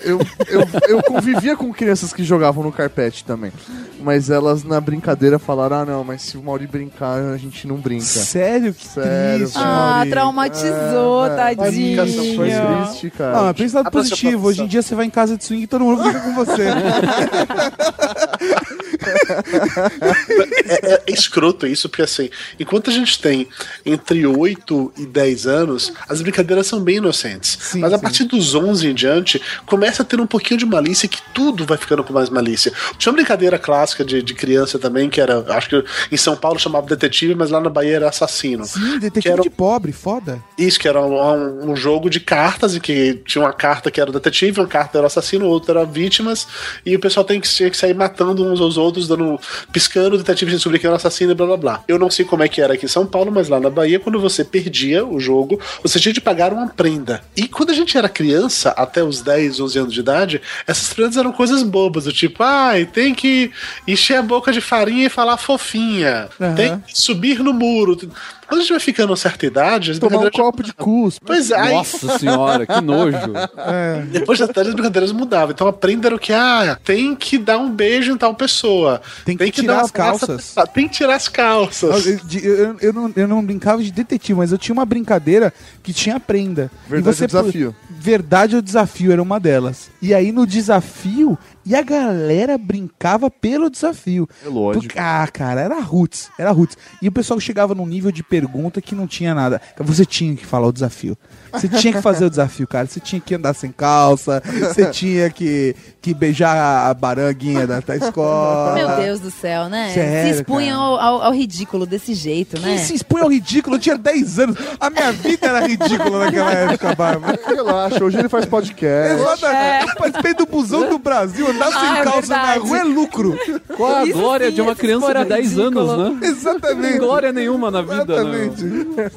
eu, eu, eu convivia com crianças que jogavam no carpete também. Mas elas na brincadeira falaram: ah, não, mas se o Mauri brincar, a gente não brinca.
Sério? Que
Sério,
triste,
Ah,
Maurício.
traumatizou,
Ah,
Tadinho. Foi
tadinho.
triste,
Ah,
cara.
mas pensa lado
Abraço pra
positivo.
produção.
Hoje em dia você vai em casa de swing e todo mundo fica com você.
é, é- é escroto isso, porque assim, enquanto a gente tem entre 8 e 10 anos, as brincadeiras são bem inocentes.
Sim,
Mas a
sim.
partir dos 11 em diante, começa a ter um pouquinho de malícia que tudo vai ficando com mais malícia. Tinha uma brincadeira clássica de, de criança também, que era, acho que em São Paulo chamava detetive, mas lá na Bahia era assassino.
Sim, assim, detetive
Quero-
de pobre, foda.
Isso, que era um, um- um jogo de cartas e que tinha uma carta que era o detetive, uma carta era o assassino, outra era vítimas, e o pessoal tem que, tinha que sair matando uns aos outros, dando piscando, o detetive descobriu que era um assassino e blá blá blá. Eu não sei como é que era aqui em São Paulo, mas lá na Bahia, quando você perdia o jogo, você tinha de pagar uma prenda. E quando a gente era criança, até os 10, 11 anos de idade, essas prendas eram coisas bobas, do tipo, ai, tem que encher a boca de farinha e falar fofinha,
Aham.
tem que subir no muro. Quando a gente vai ficando a certa idade, as
Tomar um
brincadeiras já-
copo de cuspe.
Pois é.
Nossa senhora, que nojo.
É. Depois da tarde as brincadeiras mudavam. Então aprenderam que ah, tem que dar um beijo em tal pessoa. Tem
que tirar
dar
as
uma abraço-
calças.
Tem que tirar as calças.
Eu, de- eu- eu não, eu não brincava de detetive, mas eu tinha uma brincadeira que tinha prenda.
Verdade ou desafio?
Verdade ou desafio era uma delas. E aí no desafio, e a galera brincava pelo desafio.
É lógico.
Porque- ah, cara, era roots, era roots. E o pessoal chegava num nível de pergunta que não tinha nada. Você tinha que falar o desafio. Você tinha que fazer o desafio, cara. Você tinha que andar sem calça, você tinha que, que beijar a baranguinha da, da escola.
Meu Deus do céu, né?
Sério,
se expunham ao, ao- ao ridículo desse jeito, né?
Que se expõe ao ridículo, eu tinha 10 anos. A minha vida era ridícula naquela época, Bárbara.
Relaxa, hoje ele faz podcast.
Exato. Eu participei do busão do Brasil, andar sem
Ah, é
calça na
verdade.
rua é lucro.
Qual a
Isso
glória
sim,
de uma
esses
criança
foram
de 10
ridículos.
anos, né? Não tem
Exatamente.
glória nenhuma na vida, né? É.
Exatamente.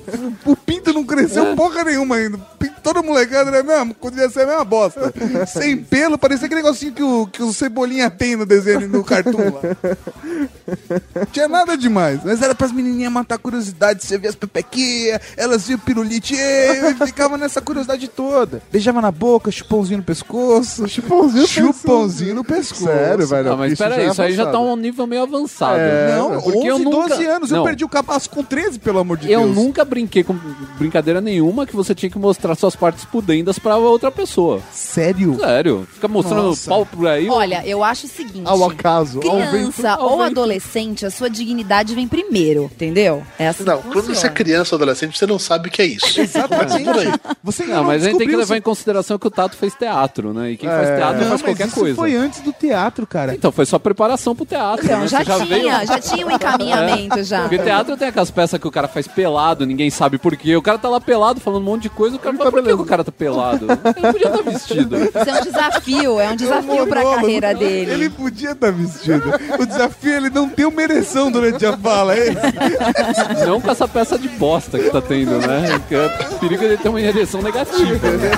O pinto não cresceu porra nenhuma ainda. Pinto Todo molecado era mesmo, podia ser a mesma bosta. Sem pelo, parecia aquele negocinho que o, que o Cebolinha tem no desenho, no cartoon lá. Tinha nada demais. Mas era pras menininhas matar a curiosidade. Você via as pepequinhas, elas viam pirulite, e ficava nessa curiosidade toda. Beijava na boca, chupãozinho no pescoço.
Chupãozinho no
Chupãozinho no pescoço.
Sério, velho.
Ah, mas
isso
peraí,
é
isso aí já tá
avançado.
um nível meio avançado.
É,
Não,
porque
11,
eu nunca-
12 anos. Eu
Não.
perdi o cabaço com 13, pelo amor de
Eu
Deus.
nunca brinquei com brincadeira nenhuma que você tinha que mostrar suas partes pudendas pra outra pessoa.
Sério?
Sério. Fica mostrando
Nossa.
pau por aí.
Olha, eu acho o seguinte.
Ao acaso, ao vento.
Criança
ao
ou
vento.
adolescente, a sua dignidade vem primeiro, entendeu? É assim
Não,
que
quando você é
funciona.
criança ou adolescente, você não sabe o que é isso. Exatamente. Por aí.
Você ainda
Não, mas a gente tem que
descobriu
levar
se-
em consideração que o Tato fez teatro, né? E quem faz
É.
teatro
Não,
faz
mas
qualquer
isso
coisa.
foi antes do teatro, cara.
Então, foi só preparação pro teatro.
Então,
né?
já,
Você
tinha,
veio-
já tinha um encaminhamento já.
Porque teatro tem aquelas peças que o cara faz pelado, ninguém sabe por quê. O cara tá lá pelado, falando um monte de coisa, o cara fala, por que que o cara tá pelado? Ele podia estar vestido.
Isso é um desafio, é um desafio pra
monólogo.
carreira dele.
Ele podia estar vestido. O desafio é ele não ter uma ereção durante a fala. É esse.
Não com essa peça de bosta que tá tendo, né? Que é perigo de ter uma ereção negativa. né?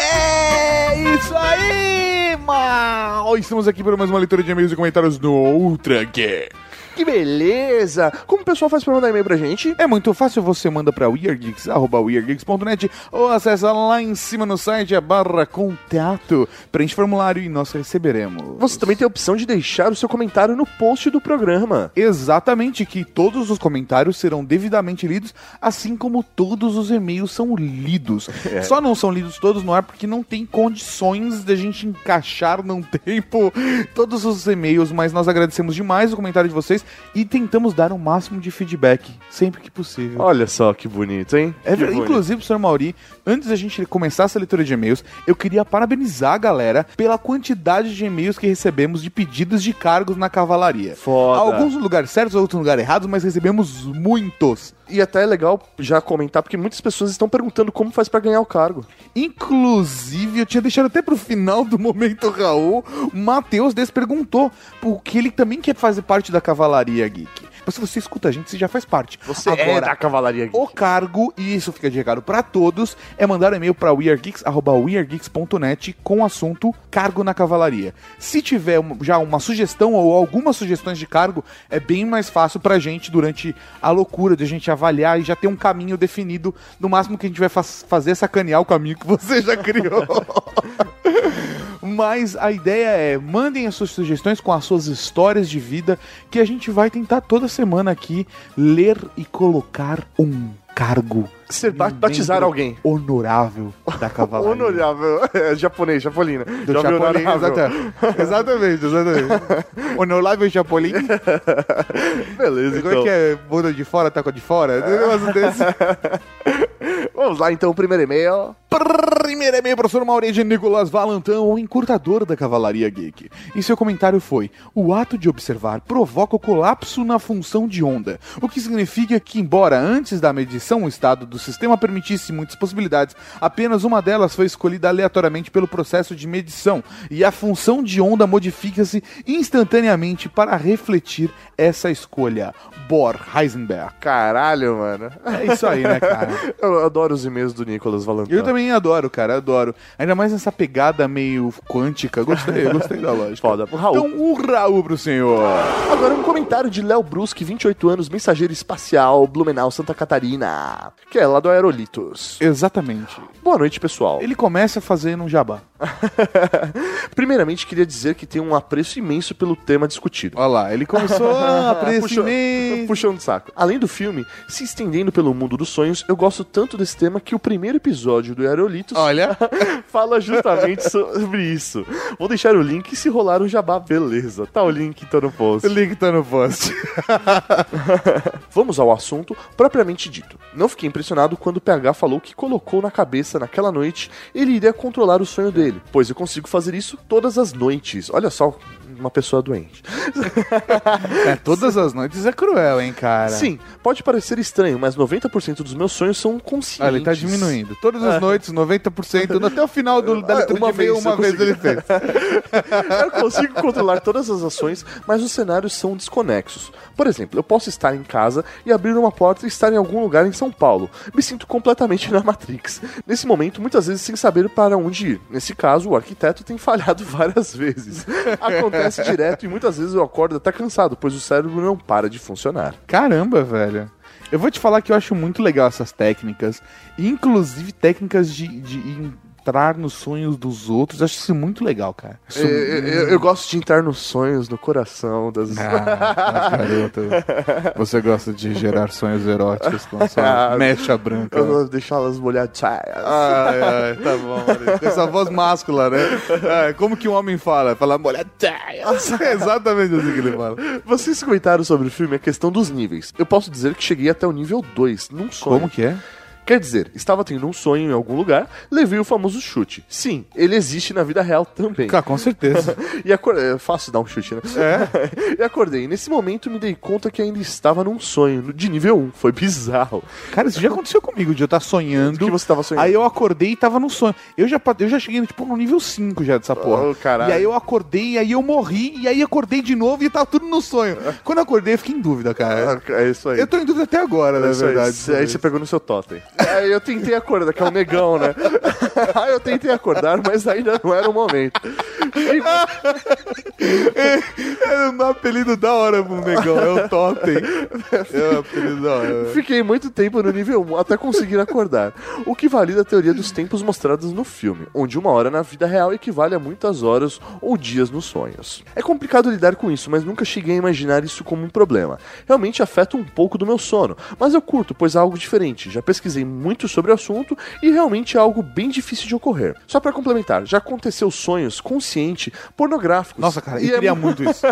É isso aí, mal! Estamos aqui para mais uma leitura de e-mails e comentários do Outra Geek. Que beleza! Como o pessoal faz pra mandar e-mail pra gente? É muito fácil, você manda pra weirdgeeks, arroba weirdgeeks.net ou acessa lá em cima no site a barra contato, preenche o formulário e nós receberemos.
Você também tem a opção de deixar o seu comentário no post do programa.
Exatamente, que todos os comentários serão devidamente lidos, assim como todos os e-mails são lidos.
É.
Só não são lidos todos no ar porque não tem condições da gente encaixar num tempo todos os e-mails, mas nós agradecemos demais o comentário de vocês e tentamos dar o máximo de feedback sempre que possível.
Olha só que bonito, hein?
É, ver- inclusive, senhor Mauri, antes da gente começar essa leitura de e-mails, eu queria parabenizar a galera pela quantidade de e-mails que recebemos de pedidos de cargos na cavalaria.
Foda.
Alguns no lugar certos, outros no lugar errados, mas recebemos muitos.
E até é legal já comentar, porque muitas pessoas estão perguntando como faz pra ganhar o cargo.
Inclusive, eu tinha deixado até pro final do momento Raul, o Matheus Des perguntou, porque ele também quer fazer parte da Cavalaria Geek. Mas se você escuta a gente, você já faz parte.
Você é
Agora,
da cavalaria
O cargo, e isso fica de recado pra todos, é mandar um e-mail pra weargeeks, arroba weargeeks.net com o assunto cargo na cavalaria. Se tiver um- já uma sugestão ou algumas sugestões de cargo, é bem mais fácil pra gente durante a loucura de a gente avaliar e já ter um caminho definido. No máximo que a gente vai fa- fazer é sacanear o caminho que você já criou. Mas a ideia é, mandem as suas sugestões com as suas histórias de vida, que a gente vai tentar toda semana aqui ler e colocar um cargo. Ser ba- batizaram alguém. Honorável da cavalaria. honorável. É, japonês, japolina.
Do
Jovem
Chapolin,
honorável.
exata- exatamente, exatamente. Honorável Chapolin.
Beleza,
Como é
então.
que é? Bunda de fora, taco de fora? Tem um negócio desse.
Vamos lá, então, o primeiro e-mail.
Primeiro e-mail, professor Maurício de Nicolas Valantão, o encurtador da Cavalaria Geek. E seu comentário foi: o ato de observar provoca o colapso na função de onda, o que significa que, embora antes da medição o estado do sistema permitisse muitas possibilidades, apenas uma delas foi escolhida aleatoriamente pelo processo de medição, e a função de onda modifica-se instantaneamente para refletir essa escolha. Bor Heisenberg.
Caralho, mano.
É isso aí, né, cara?
Eu adoro os e-mails do Nicolas Valentim.
Eu também adoro, cara, adoro. Ainda mais nessa pegada meio quântica. Gostei, eu gostei da lógica. Foda.
Raul.
Então, um Raul pro senhor.
Agora um comentário de Léo Brusque, 28 anos, mensageiro espacial, Blumenau, Santa Catarina, que é lá do Aerolitos.
Exatamente.
Boa noite, pessoal.
Ele começa fazendo um jabá.
Primeiramente, queria dizer que tem um apreço imenso pelo tema discutido.
Olha lá, ele começou, ah, apreço
Puxando o saco. Além do filme, se estendendo pelo mundo dos sonhos, eu gosto tanto desse tema que o primeiro episódio do Aerolitos
Olha.
fala justamente sobre isso. Vou deixar o link e se rolar o jabá, beleza. Tá o link então no post.
O link tá no post.
Vamos ao assunto propriamente dito. Não fiquei impressionado quando o PH falou que colocou na cabeça naquela noite ele iria controlar o sonho dele, pois eu consigo fazer isso todas as noites. Olha só, uma pessoa doente.
É, todas as noites é cruel, hein, cara?
Sim, pode parecer estranho, mas 90% dos meus sonhos são conscientes.
Olha, ele tá diminuindo. Todas as
É.
noites, 90%, até o final do, da
Ah,
leitura
uma
de e-mail,
vez
uma
eu
vez
consegui.
ele fez.
eu consigo controlar todas as ações, mas os cenários são desconexos. Por exemplo, eu posso estar em casa e abrir uma porta e estar em algum lugar em São Paulo. Me sinto completamente na Matrix. Nesse momento, muitas vezes sem saber para onde ir. Nesse caso, o arquiteto tem falhado várias vezes. Acontece direto e muitas vezes eu acordo até cansado, pois o cérebro não para de funcionar.
Caramba, velho. Eu vou te falar que eu acho muito legal essas técnicas, inclusive técnicas de, de entrar nos sonhos dos outros. Eu acho isso muito legal, cara.
Eu, eu- eu gosto de entrar nos sonhos, no coração das.
Ah, garoto. Você gosta de gerar sonhos eróticos com a sua
Ah,
mecha branca.
Eu vou deixá-las molhadas.
Ai, ai, tá bom, Maurício. Com essa voz máscula, né? É, como que um homem fala? Fala molhada. É exatamente assim que ele fala.
Vocês comentaram sobre o filme a questão dos níveis. Eu posso dizer que cheguei até o nível 2, num sonho.
Como que é?
Quer dizer, estava tendo um sonho em algum lugar, levei o famoso chute. Sim, ele existe na vida real também.
Cara, com certeza.
e acor- É fácil dar um chute, né? É. e acordei. Nesse momento me dei conta que ainda estava num sonho, no- de nível 1. Foi bizarro.
Cara, isso já aconteceu comigo, de eu estar sonhando.
que você tava sonhando?
Aí eu acordei e tava num sonho. Eu já, pa- eu já cheguei, tipo, no nível 5 já dessa porra.
Oh, caralho.
E aí eu acordei, e aí eu morri, e aí acordei de novo e tava tudo no sonho. Quando eu acordei, eu fiquei em dúvida, cara.
Ah, É isso aí.
Eu tô em dúvida até agora, na
É isso aí.
verdade.
Cê- Aí você pegou no seu totem. Aí eu tentei acordar, que é um negão, né? Aí eu tentei acordar, mas ainda não era o momento.
É um apelido da hora pro negão, é o totem. É um apelido da hora.
Fiquei muito tempo no nível 1 até conseguir acordar. O que valida a teoria dos tempos mostrados no filme, onde uma hora na vida real equivale a muitas horas ou dias nos sonhos. É complicado lidar com isso, mas nunca cheguei a imaginar isso como um problema. Realmente afeta um pouco do meu sono, mas eu curto, pois é algo diferente. Já pesquisei muito sobre o assunto e realmente é algo bem difícil de ocorrer. Só pra complementar, já aconteceu sonhos consciente pornográficos.
Nossa, cara,
E
eu
é
queria
mu-
muito isso.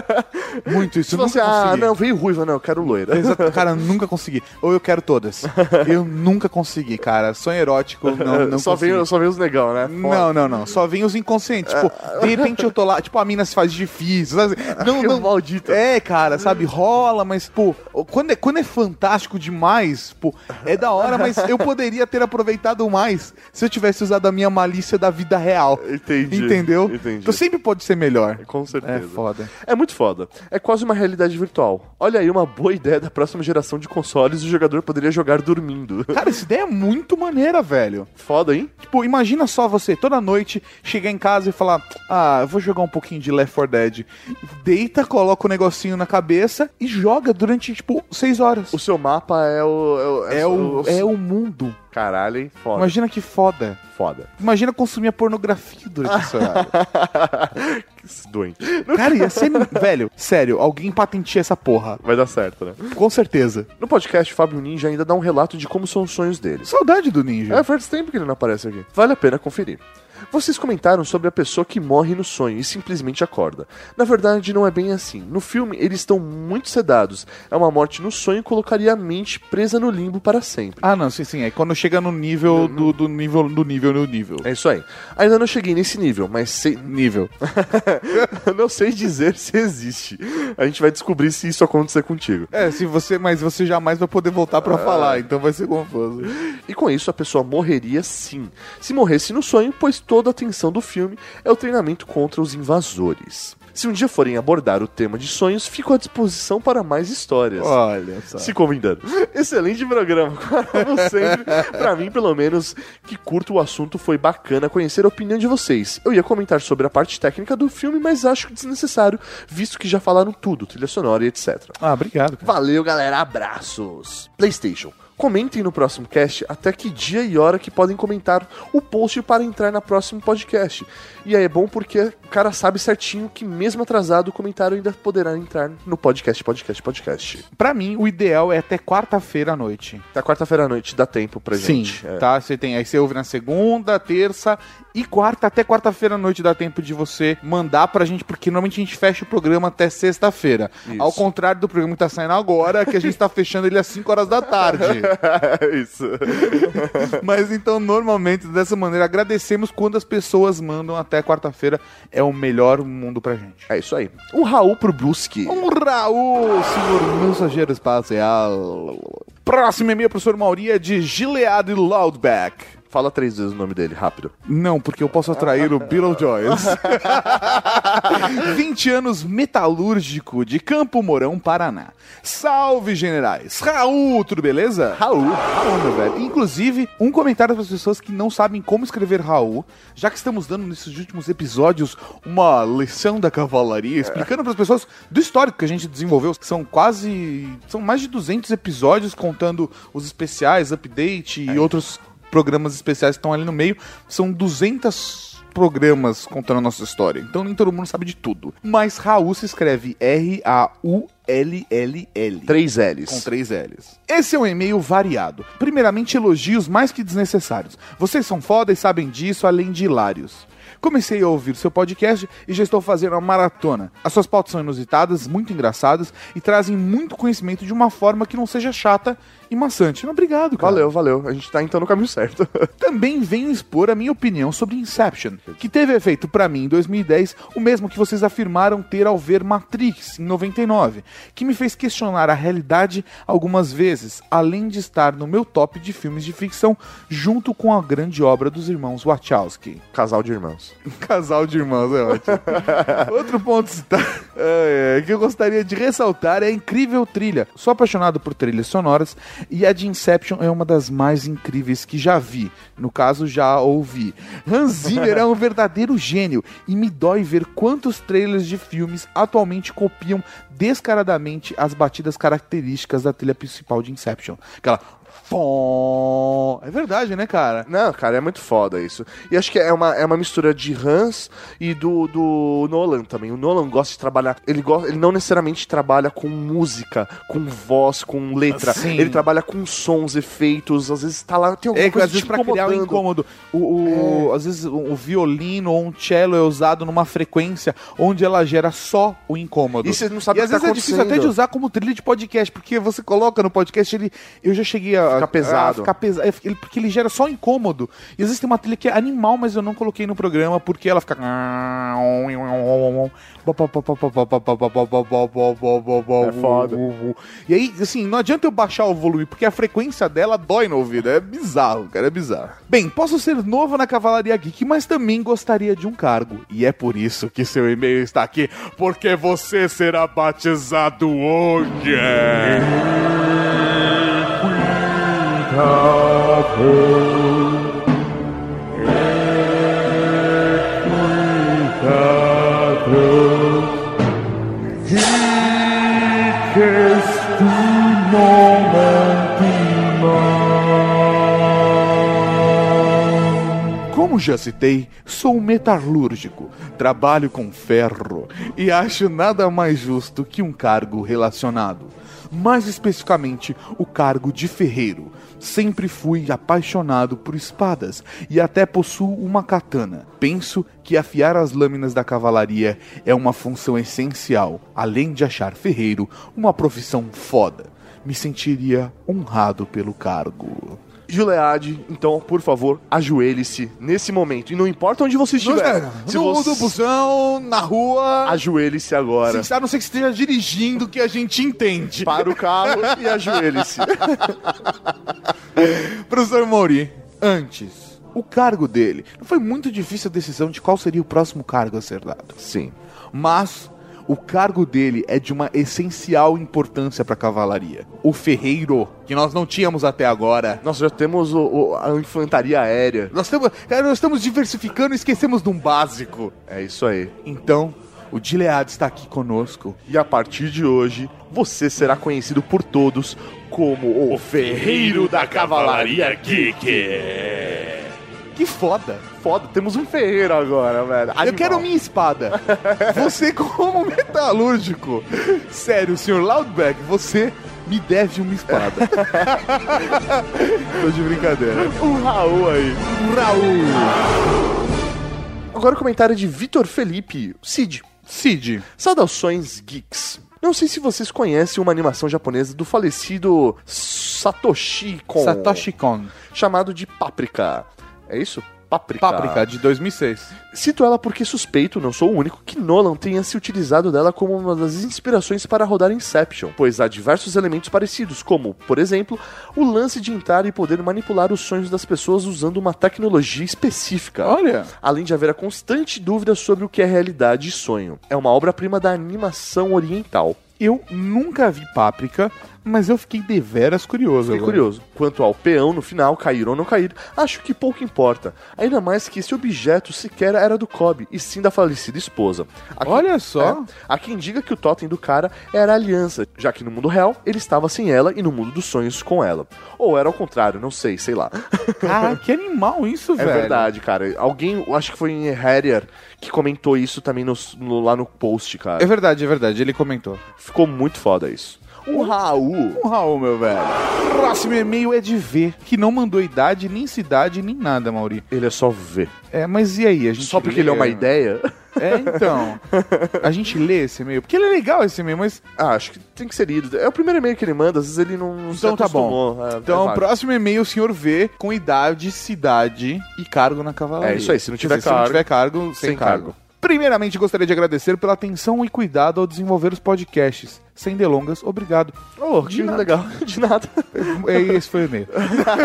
Muito isso.
Você
Eu
fala
nunca
assim, ah,
consegui.
não, veio ruiva, não, eu quero loira.
Exato, cara, nunca consegui. Ou eu quero todas. Eu nunca consegui, cara. Sonho erótico, não, não
só,
consegui.
veio, só veio os negão, né?
Não, não, não. Só vem os inconscientes. Tipo, de repente eu tô lá, tipo, a mina se faz difícil. sabe? Não, não. Maldita. É, cara, sabe? Rola, mas, pô, quando é, quando é fantástico demais, pô, é da hora, mas eu poderia ter aproveitado mais se eu tivesse usado a minha malícia da vida real.
Entendi.
Entendeu?
Entendi.
Então sempre pode ser melhor.
Com certeza.
É foda.
É muito foda. É quase uma realidade virtual. Olha aí uma boa ideia da próxima geração de consoles o jogador poderia jogar dormindo.
Cara, essa ideia é muito maneira, velho.
Foda, hein?
Tipo, imagina só você toda noite chegar em casa e falar: Ah, eu vou jogar um pouquinho de Left 4 Dead. Deita, coloca o negocinho na cabeça e joga durante, tipo, seis horas.
O seu mapa é o.
É o, é o mundo.
Caralho, hein? Foda.
Imagina que foda.
Foda.
Imagina consumir a pornografia durante esse horário.
Que Doente.
Cara, ia ser. Velho, sério, alguém patentia essa porra.
Vai dar certo, né?
Com certeza.
No podcast, Fábio Ninja ainda dá um relato de como são os sonhos deles.
Saudade do ninja.
É, faz tempo que ele não aparece aqui. Vale a pena conferir. Vocês comentaram sobre a pessoa que morre no sonho e simplesmente acorda. Na verdade, não é bem assim. No filme, eles estão muito sedados. É uma morte no sonho e colocaria a mente presa no limbo para sempre.
Ah, não, sim, sim. É quando chega no nível do, do nível do nível no nível.
É isso aí. Ainda não cheguei nesse nível, mas sei.
Nível.
não sei dizer se existe. A gente vai descobrir se isso acontecer contigo.
É, se você, mas você jamais vai poder voltar
Ah.
pra falar, então vai ser confuso.
E com isso a pessoa morreria sim. Se morresse no sonho, pois toda a atenção do filme é o treinamento contra os invasores. Se um dia forem abordar o tema de sonhos, fico à disposição para mais histórias.
Olha só.
Se convidando. Excelente programa, como sempre. Pra mim, pelo menos, que curto o assunto, foi bacana conhecer a opinião de vocês. Eu ia comentar sobre a parte técnica do filme, mas acho desnecessário, visto que já falaram tudo, trilha sonora e etc.
Ah, obrigado. Cara.
Valeu, galera. Abraços. PlayStation. Comentem no próximo cast até que dia e hora que podem comentar o post para entrar na próximo podcast. E aí é bom porque o cara sabe certinho que mesmo atrasado o comentário ainda poderá entrar no podcast, podcast, podcast.
Pra mim, o ideal é até quarta-feira à noite.
Até quarta-feira à noite dá tempo pra gente.
Sim,
É.
tá? Você tem, aí você ouve na segunda, terça e quarta, até quarta-feira à noite dá tempo de você mandar pra gente, porque normalmente a gente fecha o programa até sexta-feira.
Isso.
Ao contrário do programa que tá saindo agora, que a gente tá fechando ele às 5 horas da tarde.
É. Isso.
Mas então, normalmente, dessa maneira, agradecemos quando as pessoas mandam até quarta-feira. É o melhor mundo pra gente.
É isso aí. Um Raul pro Brusque.
Um Raul, senhor mensageiro espacial. Próximo e-mail, professor Mauri, é de Gilead Loudback.
Fala três vezes o nome dele, rápido.
Não, porque eu posso atrair o Beetlejuice. 20 anos metalúrgico de Campo Mourão, Paraná. Salve, generais! Raul, tudo beleza? Raul, Raul, meu velho. Inclusive, um comentário para as pessoas que não sabem como escrever Raul, já que estamos dando nesses últimos episódios uma lição da cavalaria, explicando para as pessoas do histórico que a gente desenvolveu, que são quase. são mais de 200 episódios contando os especiais, update e outros programas especiais que estão ali no meio. São 200 programas contando a nossa história. Então nem todo mundo sabe de tudo. Mas Raul se escreve R-A-U-L-L-L.
Três L's.
Com três L's. Esse é um e-mail variado. Primeiramente, elogios mais que desnecessários. Vocês são foda e sabem disso, além de hilários. Comecei a ouvir seu podcast e já estou fazendo uma maratona. As suas pautas são inusitadas, muito engraçadas e trazem muito conhecimento de uma forma que não seja chata e maçante. Obrigado, cara.
Valeu, valeu. A gente tá então no caminho certo.
Também venho expor a minha opinião sobre Inception, que teve efeito pra mim em 2010, o mesmo que vocês afirmaram ter ao ver Matrix em 99, que me fez questionar a realidade algumas vezes, além de estar no meu top de filmes de ficção, junto com a grande obra dos irmãos Wachowski.
Casal de irmãos.
Casal de irmãos, é ótimo. Outro ponto cita- é, é, que eu gostaria de ressaltar é a incrível trilha. Sou apaixonado por trilhas sonoras e a de Inception é uma das mais incríveis que já vi. No caso, já ouvi. Hans Zimmer é um verdadeiro gênio e me dói ver quantos trailers de filmes atualmente copiam descaradamente as batidas características da trilha principal de Inception. Aquela... fó- É verdade, né, cara?
Não, cara, é muito foda isso. E acho que é uma, é uma mistura de Hans e do, do Nolan também. O Nolan gosta de trabalhar. Ele, gosta, ele não necessariamente trabalha com música, com voz, com letra.
Ah, Sim.
Ele trabalha com sons, efeitos. Às vezes tá lá, tem alguma
É que
coisa
às vezes
te
pra criar um
incomodando.
incômodo. O, o- Às vezes o, o violino ou um cello é usado numa frequência onde ela gera só o incômodo.
E você não sabe
e
o
às
que tá
vezes é difícil até de
acontecendo.
usar como trilha de podcast, porque você coloca no podcast, ele. Eu já cheguei a.
Fica pesado.
a ficar pesado. porque ele gera só incômodo. E às vezes tem uma trilha que é animal, mas eu não coloquei no programa porque ela fica. É
foda.
E aí, assim, não adianta eu baixar o volume, porque a frequência dela dói no ouvido. É bizarro, cara, é bizarro. Bem, posso ser novo na Cavalaria Geek, mas também gostaria de um cargo. E é por isso que seu e-mail está aqui, porque você será batizado hoje. Como já citei, sou um metalúrgico, trabalho com ferro e acho nada mais justo que um cargo relacionado. Mais especificamente, o cargo de ferreiro. Sempre fui apaixonado por espadas e até possuo uma katana. Penso que afiar as lâminas da cavalaria é uma função essencial, além de achar ferreiro uma profissão foda. Me sentiria honrado pelo cargo.
Juleade, então, por favor, ajoelhe-se nesse momento. E não importa onde você estiver. se
no
você...
do busão, na rua.
Ajoelhe-se agora.
Se- a não ser que esteja dirigindo, que a gente entende.
Para o carro e ajoelhe-se.
Professor Mori, antes, o cargo dele. Não foi muito difícil a decisão de qual seria o próximo cargo a ser dado.
Sim.
Mas o cargo dele é de uma essencial importância para a cavalaria. O ferreiro, que nós não tínhamos até agora.
Nós já temos o- o- a infantaria aérea.
Nós, tamo- cara, nós estamos diversificando e esquecemos de um básico.
É isso aí.
Então, o Dilead está aqui conosco.
E a partir de hoje, você será conhecido por todos como o Ferreiro da Cavalaria Geek.
Que foda!
Foda, temos um ferreiro agora, velho.
Eu quero minha espada. Você, como metalúrgico. Sério, senhor Loudbeck, você me deve uma espada.
Tô de brincadeira. Um Raul aí. Raul. Agora o comentário de Vitor Felipe, Cid.
Cid.
Saudações, geeks. Não sei se vocês conhecem uma animação japonesa do falecido Satoshi Kon,
Satoshi Kon.
chamado de Páprica. É isso? Páprica.
Páprica, de 2006.
Cito ela porque suspeito, não sou o único, que Nolan tenha se utilizado dela como uma das inspirações para rodar Inception, pois há diversos elementos parecidos, como, por exemplo, o lance de entrar e poder manipular os sonhos das pessoas usando uma tecnologia específica.
Olha.
Além de haver a constante dúvida sobre o que é realidade e sonho. É uma obra-prima da animação oriental.
Eu nunca vi Páprica, mas eu fiquei deveras curioso.
Fiquei
agora.
curioso. Quanto ao peão no final, cair ou não cair, acho que pouco importa. Ainda mais que esse objeto sequer era do Cobb, e sim da falecida esposa. Aqui-
Olha só.
É, há quem diga que o totem do cara era a aliança, já que no mundo real ele estava sem ela e no mundo dos sonhos com ela. Ou era ao contrário, não sei, sei lá.
Cara, que animal isso,
É
velho.
verdade, cara. Alguém, eu acho que foi em Harrier, que comentou isso também nos- no- lá no post, cara.
É verdade, é verdade. Ele comentou.
Ficou muito foda isso. O Raul.
Um Raul, meu velho. Próximo e-mail é de V, que não mandou idade, nem cidade, nem nada, Mauri.
Ele é só ver.
É, mas e aí? A gente
Só porque ele é
lê?
uma ideia?
É, então. A gente lê esse e-mail. Porque ele é legal esse e-mail, mas.
Ah, acho que tem que ser lido. É o primeiro e-mail que ele manda, às vezes ele não não
Então tá bom.
acostumou. É,
Então,
é válido.
próximo e-mail, o senhor vê com idade, cidade e cargo na cavalaria.
É isso aí, se não tiver
Quer dizer, se não
cargo,
tiver cargo, sem,
sem
cargo.
cargo.
Primeiramente, gostaria de agradecer pela atenção e cuidado ao desenvolver os podcasts. Sem delongas, obrigado.
Oh, que
de nada.
legal. De nada.
É, Esse foi o e-mail.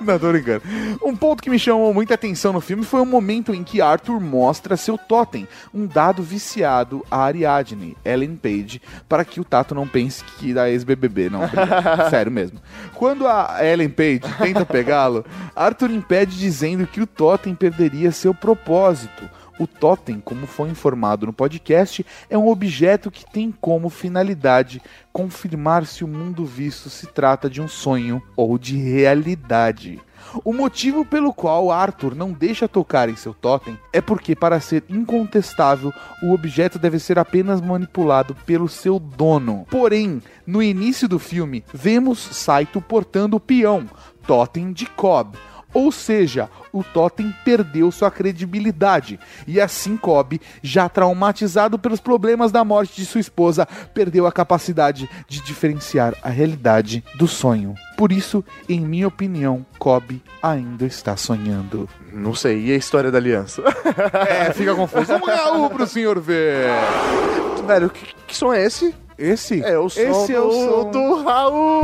Não, tô brincando. Um ponto que me chamou muita atenção no filme foi o momento em que Arthur mostra seu totem, um dado viciado a Ariadne, Ellen Page, para que o Tato não pense que da ex-BBB, não. brincadeira. Sério mesmo. Quando a Ellen Page tenta pegá-lo, Arthur impede dizendo que o totem perderia seu propósito. O totem, como foi informado no podcast, é um objeto que tem como finalidade confirmar se o mundo visto se trata de um sonho ou de realidade. O motivo pelo qual Arthur não deixa tocar em seu totem é porque, para ser incontestável, o objeto deve ser apenas manipulado pelo seu dono. Porém, no início do filme, vemos Saito portando o peão, totem de Cobb. Ou seja, o totem perdeu sua credibilidade. E assim Cobb, já traumatizado pelos problemas da morte de sua esposa, perdeu a capacidade de diferenciar a realidade do sonho. Por isso, em minha opinião, Cobb ainda está sonhando.
Não sei, e a história da aliança?
É, fica confuso. Um Raul pro senhor ver.
Velho, que, que som é esse?
Esse?
É o som,
Esse
do,
é o som.
do Raul.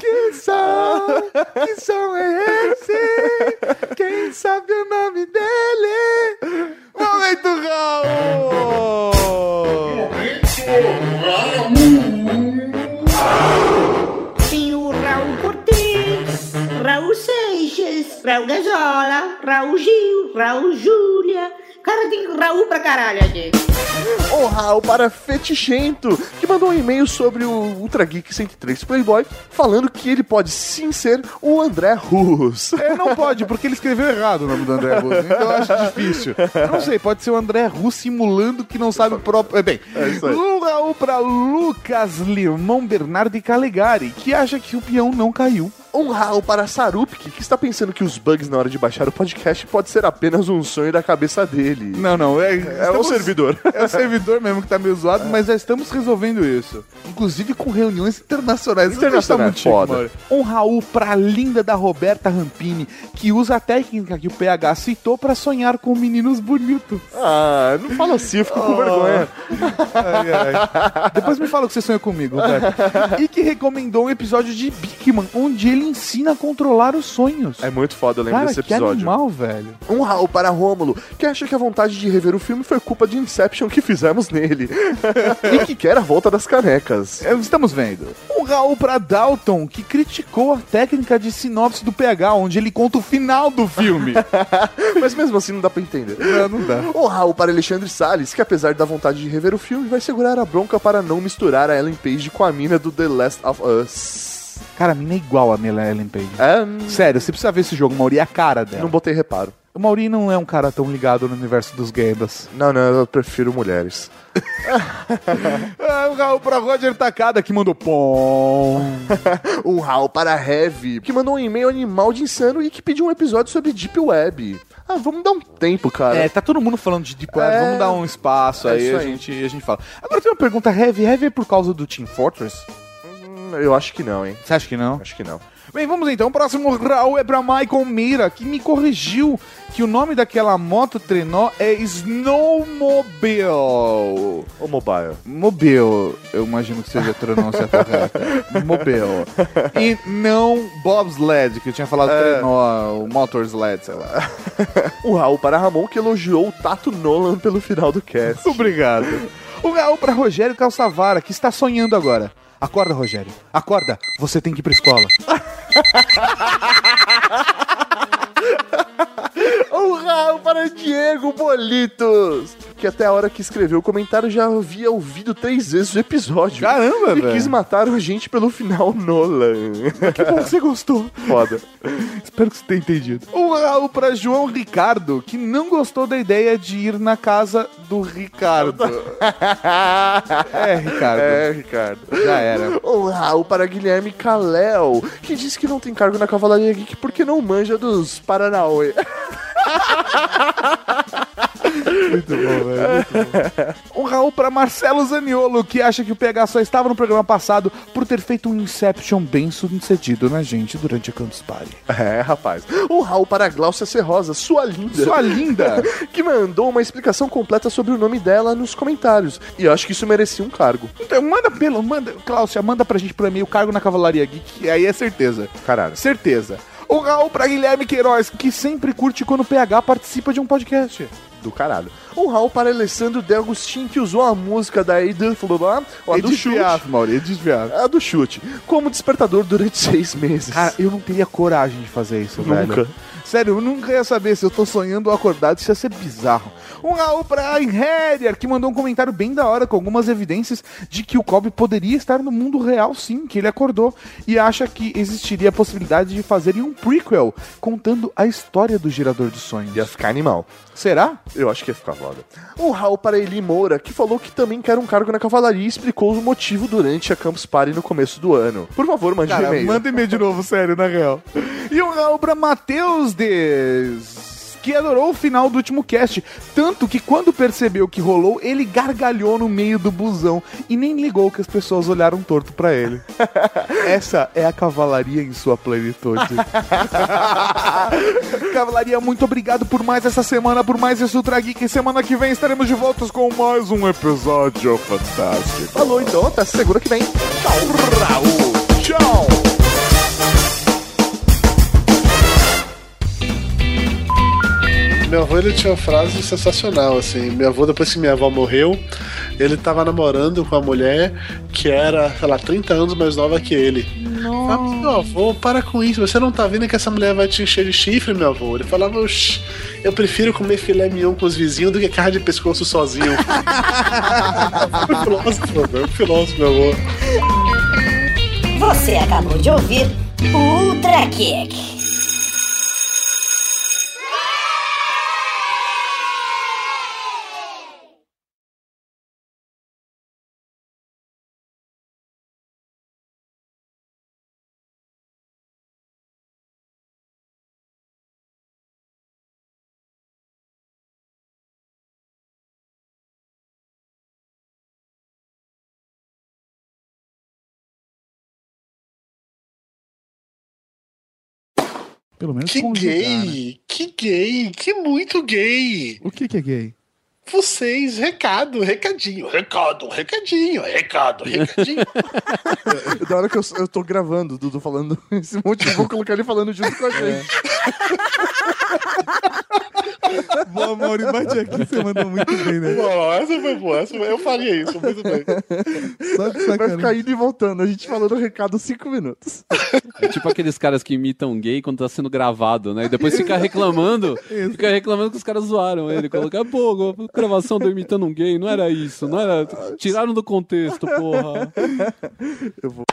Que som? Que som é esse? Quem sabe o nome dele? Momento Raul!
Tem o Raul Cortez, Raul Seixas, Raul Gazola, Raul Gil, Raul Júlia, Cara, tem Raul pra caralho aqui.
honrar o para Fetichento, que mandou um e-mail sobre o Ultra Geek 103 Playboy, falando que ele pode sim ser o André Russo.
É, não pode, porque ele escreveu errado o nome do André Russo. Então eu acho difícil. Eu não sei, pode ser o André Russo simulando que não sabe o próprio. É bem.
É isso aí.
Um Raul pra Lucas Limão Bernardo e Calegari, que acha que o peão não caiu.
Um rau para Sarupk, que está pensando que os bugs na hora de baixar o podcast pode ser apenas um sonho da cabeça dele.
Não, não, é,
É o servidor.
É o servidor mesmo que tá meio zoado, mas já estamos resolvendo isso. Inclusive com reuniões internacionais. Isso
Internacionais,
tá muito chique,
foda.
Mauro. Um Raul pra linda da Roberta Rampini, que usa a técnica que o PH citou pra sonhar com meninos bonitos.
Ah, não fala assim, eu fico com vergonha.
Ai, ai. Depois me fala o que você sonha comigo, Roberto. E que recomendou um episódio de Big Man, onde ele ensina a controlar os sonhos.
É muito foda, eu lembro
Cara,
desse
que
episódio.
animal, velho.
Um rau para Rômulo, que acha que a vontade de rever o filme foi culpa de Inception que fizemos nele. e que quer a volta das canecas.
É, Estamos vendo. Um Raul pra Dalton, que criticou a técnica de sinopse do PH, onde ele conta o final do filme.
Mas mesmo assim não dá pra entender.
não, É, não dá.
Um rau para Alexandre Salles, que apesar da vontade de rever o filme, vai segurar a bronca para não misturar a Ellen Page com a mina do The Last of Us.
Cara, a mina é igual a Mela Ellen Page.
É,
Sério, você precisa ver esse jogo, Mauri, é a cara dela.
não botei reparo.
O Mauri não é um cara tão ligado no universo dos gambas.
Não, não, eu prefiro mulheres.
Ah, o Raul pra Roger Takada que mandou pom.
Um rau para Heavy, que mandou um e-mail animal de insano e que pediu um episódio sobre Deep Web. Ah, vamos dar um tempo, cara.
É, tá todo mundo falando de Deep Web,
É.
vamos dar um espaço
É
aí,
isso
a,
aí.
gente, a gente fala. Agora tem uma pergunta, Heavy, Heavy é por causa do Team Fortress?
Hum, Eu acho que não, hein?
Você acha que não?
Acho que não.
Bem, vamos então. O próximo Raul é pra Michael Meira, que me corrigiu que o nome daquela moto trenó é Snowmobile.
O mobile.
Mobile, eu imagino que seja a pronúncia correta. Mobile. E não bobsled, que eu tinha falado
É.
trenó, o motorsled, sei lá.
Um Raul para Ramon, que elogiou o Tato Nolan pelo final do cast.
Obrigado. O Raul pra Rogério Calçavara, que está sonhando agora. Acorda, Rogério. Acorda. Você tem que ir pra escola.
Um rau para Diego Bolitos! Que até a hora que escreveu o comentário já havia ouvido três vezes o episódio.
Caramba,
e
velho.
quis matar a gente pelo final Nolan.
Que bom que você gostou.
Foda.
Espero que você tenha entendido. Um Raul pra João Ricardo, que não gostou da ideia de ir na casa do Ricardo. é, Ricardo.
É, Ricardo.
Já era.
Um rau para Guilherme Kalel, que diz que não tem cargo na Cavalaria Geek porque não manja dos Paranauê.
Um Raul pra Marcelo Zaniolo, que acha que o PH só estava no programa passado por ter feito um Inception bem sucedido na né, gente durante a Campus Party.
É, rapaz. Um rau para Glaucia Serrosa, sua linda.
Sua linda!
que mandou uma explicação completa sobre o nome dela nos comentários. E eu acho que isso merecia um cargo.
Então, manda pelo, manda, Cláudia, manda pra gente por e-mail cargo na Cavalaria Geek, aí é certeza.
Caralho.
Certeza. Um Raul pra Guilherme Queiroz, que sempre curte quando o PH participa de um podcast.
do caralho. Um rau para Alessandro De Agustin, que usou a música da Edith Flubá, ou a do chute.
Maurício, desviado.
A do chute, como despertador durante seis meses.
Cara, eu não teria coragem de fazer isso,
Nunca.
velho. Sério, eu nunca ia saber se eu tô sonhando ou acordado, isso ia ser bizarro. Um Raul pra Inherier, que mandou um comentário bem da hora, com algumas evidências de que o Cobb poderia estar no mundo real, sim, que ele acordou, e acha que existiria a possibilidade de fazerem um prequel, contando a história do gerador de sonhos.
Ia ficar animal.
Será?
Eu acho que ia ficar foda. Um rau para Eli Moura, que falou que também quer um cargo na cavalaria e explicou o motivo durante a Campus Party no começo do ano. Por favor, mande um
Cara,
e-mail.
manda e-mail de novo, sério, na real. E um Raul pra Matheus Des, que adorou o final do último cast, tanto que quando percebeu que rolou, ele gargalhou no meio do busão e nem ligou que as pessoas olharam torto pra ele. Essa é a cavalaria em sua plenitude. cavalaria, muito obrigado por mais essa semana, por mais esse Ultra Geek. Semana que vem estaremos de volta com mais um episódio fantástico.
Falou então, até segura que vem. Tchau, Raul.
Tchau!
Meu avô ele tinha uma frase sensacional, assim. Meu avô, depois que minha avó morreu, ele tava namorando com uma mulher que era, sei lá, 30 anos mais nova que ele. Ah, meu avô, para com isso. Você não tá vendo que essa mulher vai te encher de chifre, meu avô? Ele falava, "Oxi, eu prefiro comer filé mignon com os vizinhos do que carne de pescoço sozinho. Foi um filósofo, meu, filósofo, meu avô.
Você acabou de ouvir o Ultra Kick.
Pelo menos
Que
conjugar,
gay, que gay, que muito gay.
O que, que é gay?
Vocês, recado, recadinho, recado, recadinho, recado, recadinho.
Da hora que eu, eu tô gravando, o Dudu falando esse monte de vou colocar ele falando junto com a
É,
gente.
Boa, Mauri, bate aqui, você mandou muito bem, né?
Bom, essa foi boa, essa foi- eu faria isso, muito bem.
tá
Vai ficar indo e voltando, a gente falando o recado cinco minutos.
É tipo aqueles caras que imitam gay quando tá sendo gravado, né? E depois fica reclamando, fica reclamando que os caras zoaram ele. Colocar, pô, a gravação do imitando um gay, não era isso, não era. Tiraram do contexto, porra.
Eu vou.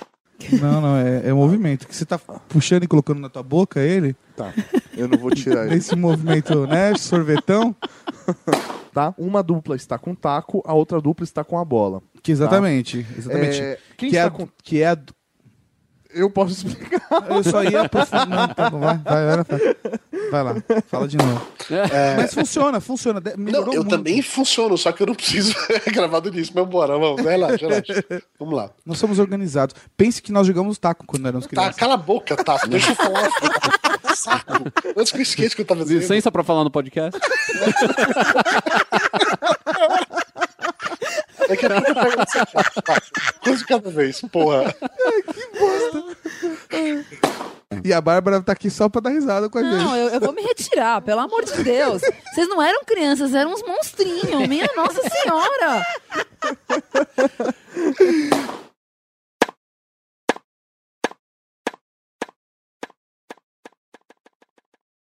Não, não, é, é movimento. Que você tá puxando e colocando na tua boca ele?
Tá. Eu não vou tirar ele.
Nesse movimento, né? Sorvetão.
Tá? Uma dupla está com o taco, a outra dupla está com a bola.
Que exatamente.
Tá?
Exatamente.
É,
que,
quem está
é,
com.
que é.
Eu posso explicar.
Eu só ia aprofundando. Tá bom, vai, vai, vai, vai. Vai lá, fala de novo. É. Mas funciona, funciona. de-
É. Não,
Melhorou
eu
muito.
também funciono, só que eu não preciso é gravado nisso, mas bora, vamos, relaxa, relaxa. Vamos lá.
Nós somos organizados. Pense que nós jogamos taco quando éramos
Tá,
crianças.
cala a boca, tá, deixa eu falar. Saco. Antes que eu esqueça o que eu tava dizendo.
Licença pra falar no podcast?
Daqui a pouco É eu pego essa chave, tá? Coisa de cada vez, porra.
E a Bárbara tá aqui só pra dar risada
Ah,
com a gente.
Não, eu, eu vou me retirar, pelo amor de Deus. Vocês não eram crianças, eram uns monstrinhos. Minha Nossa Senhora!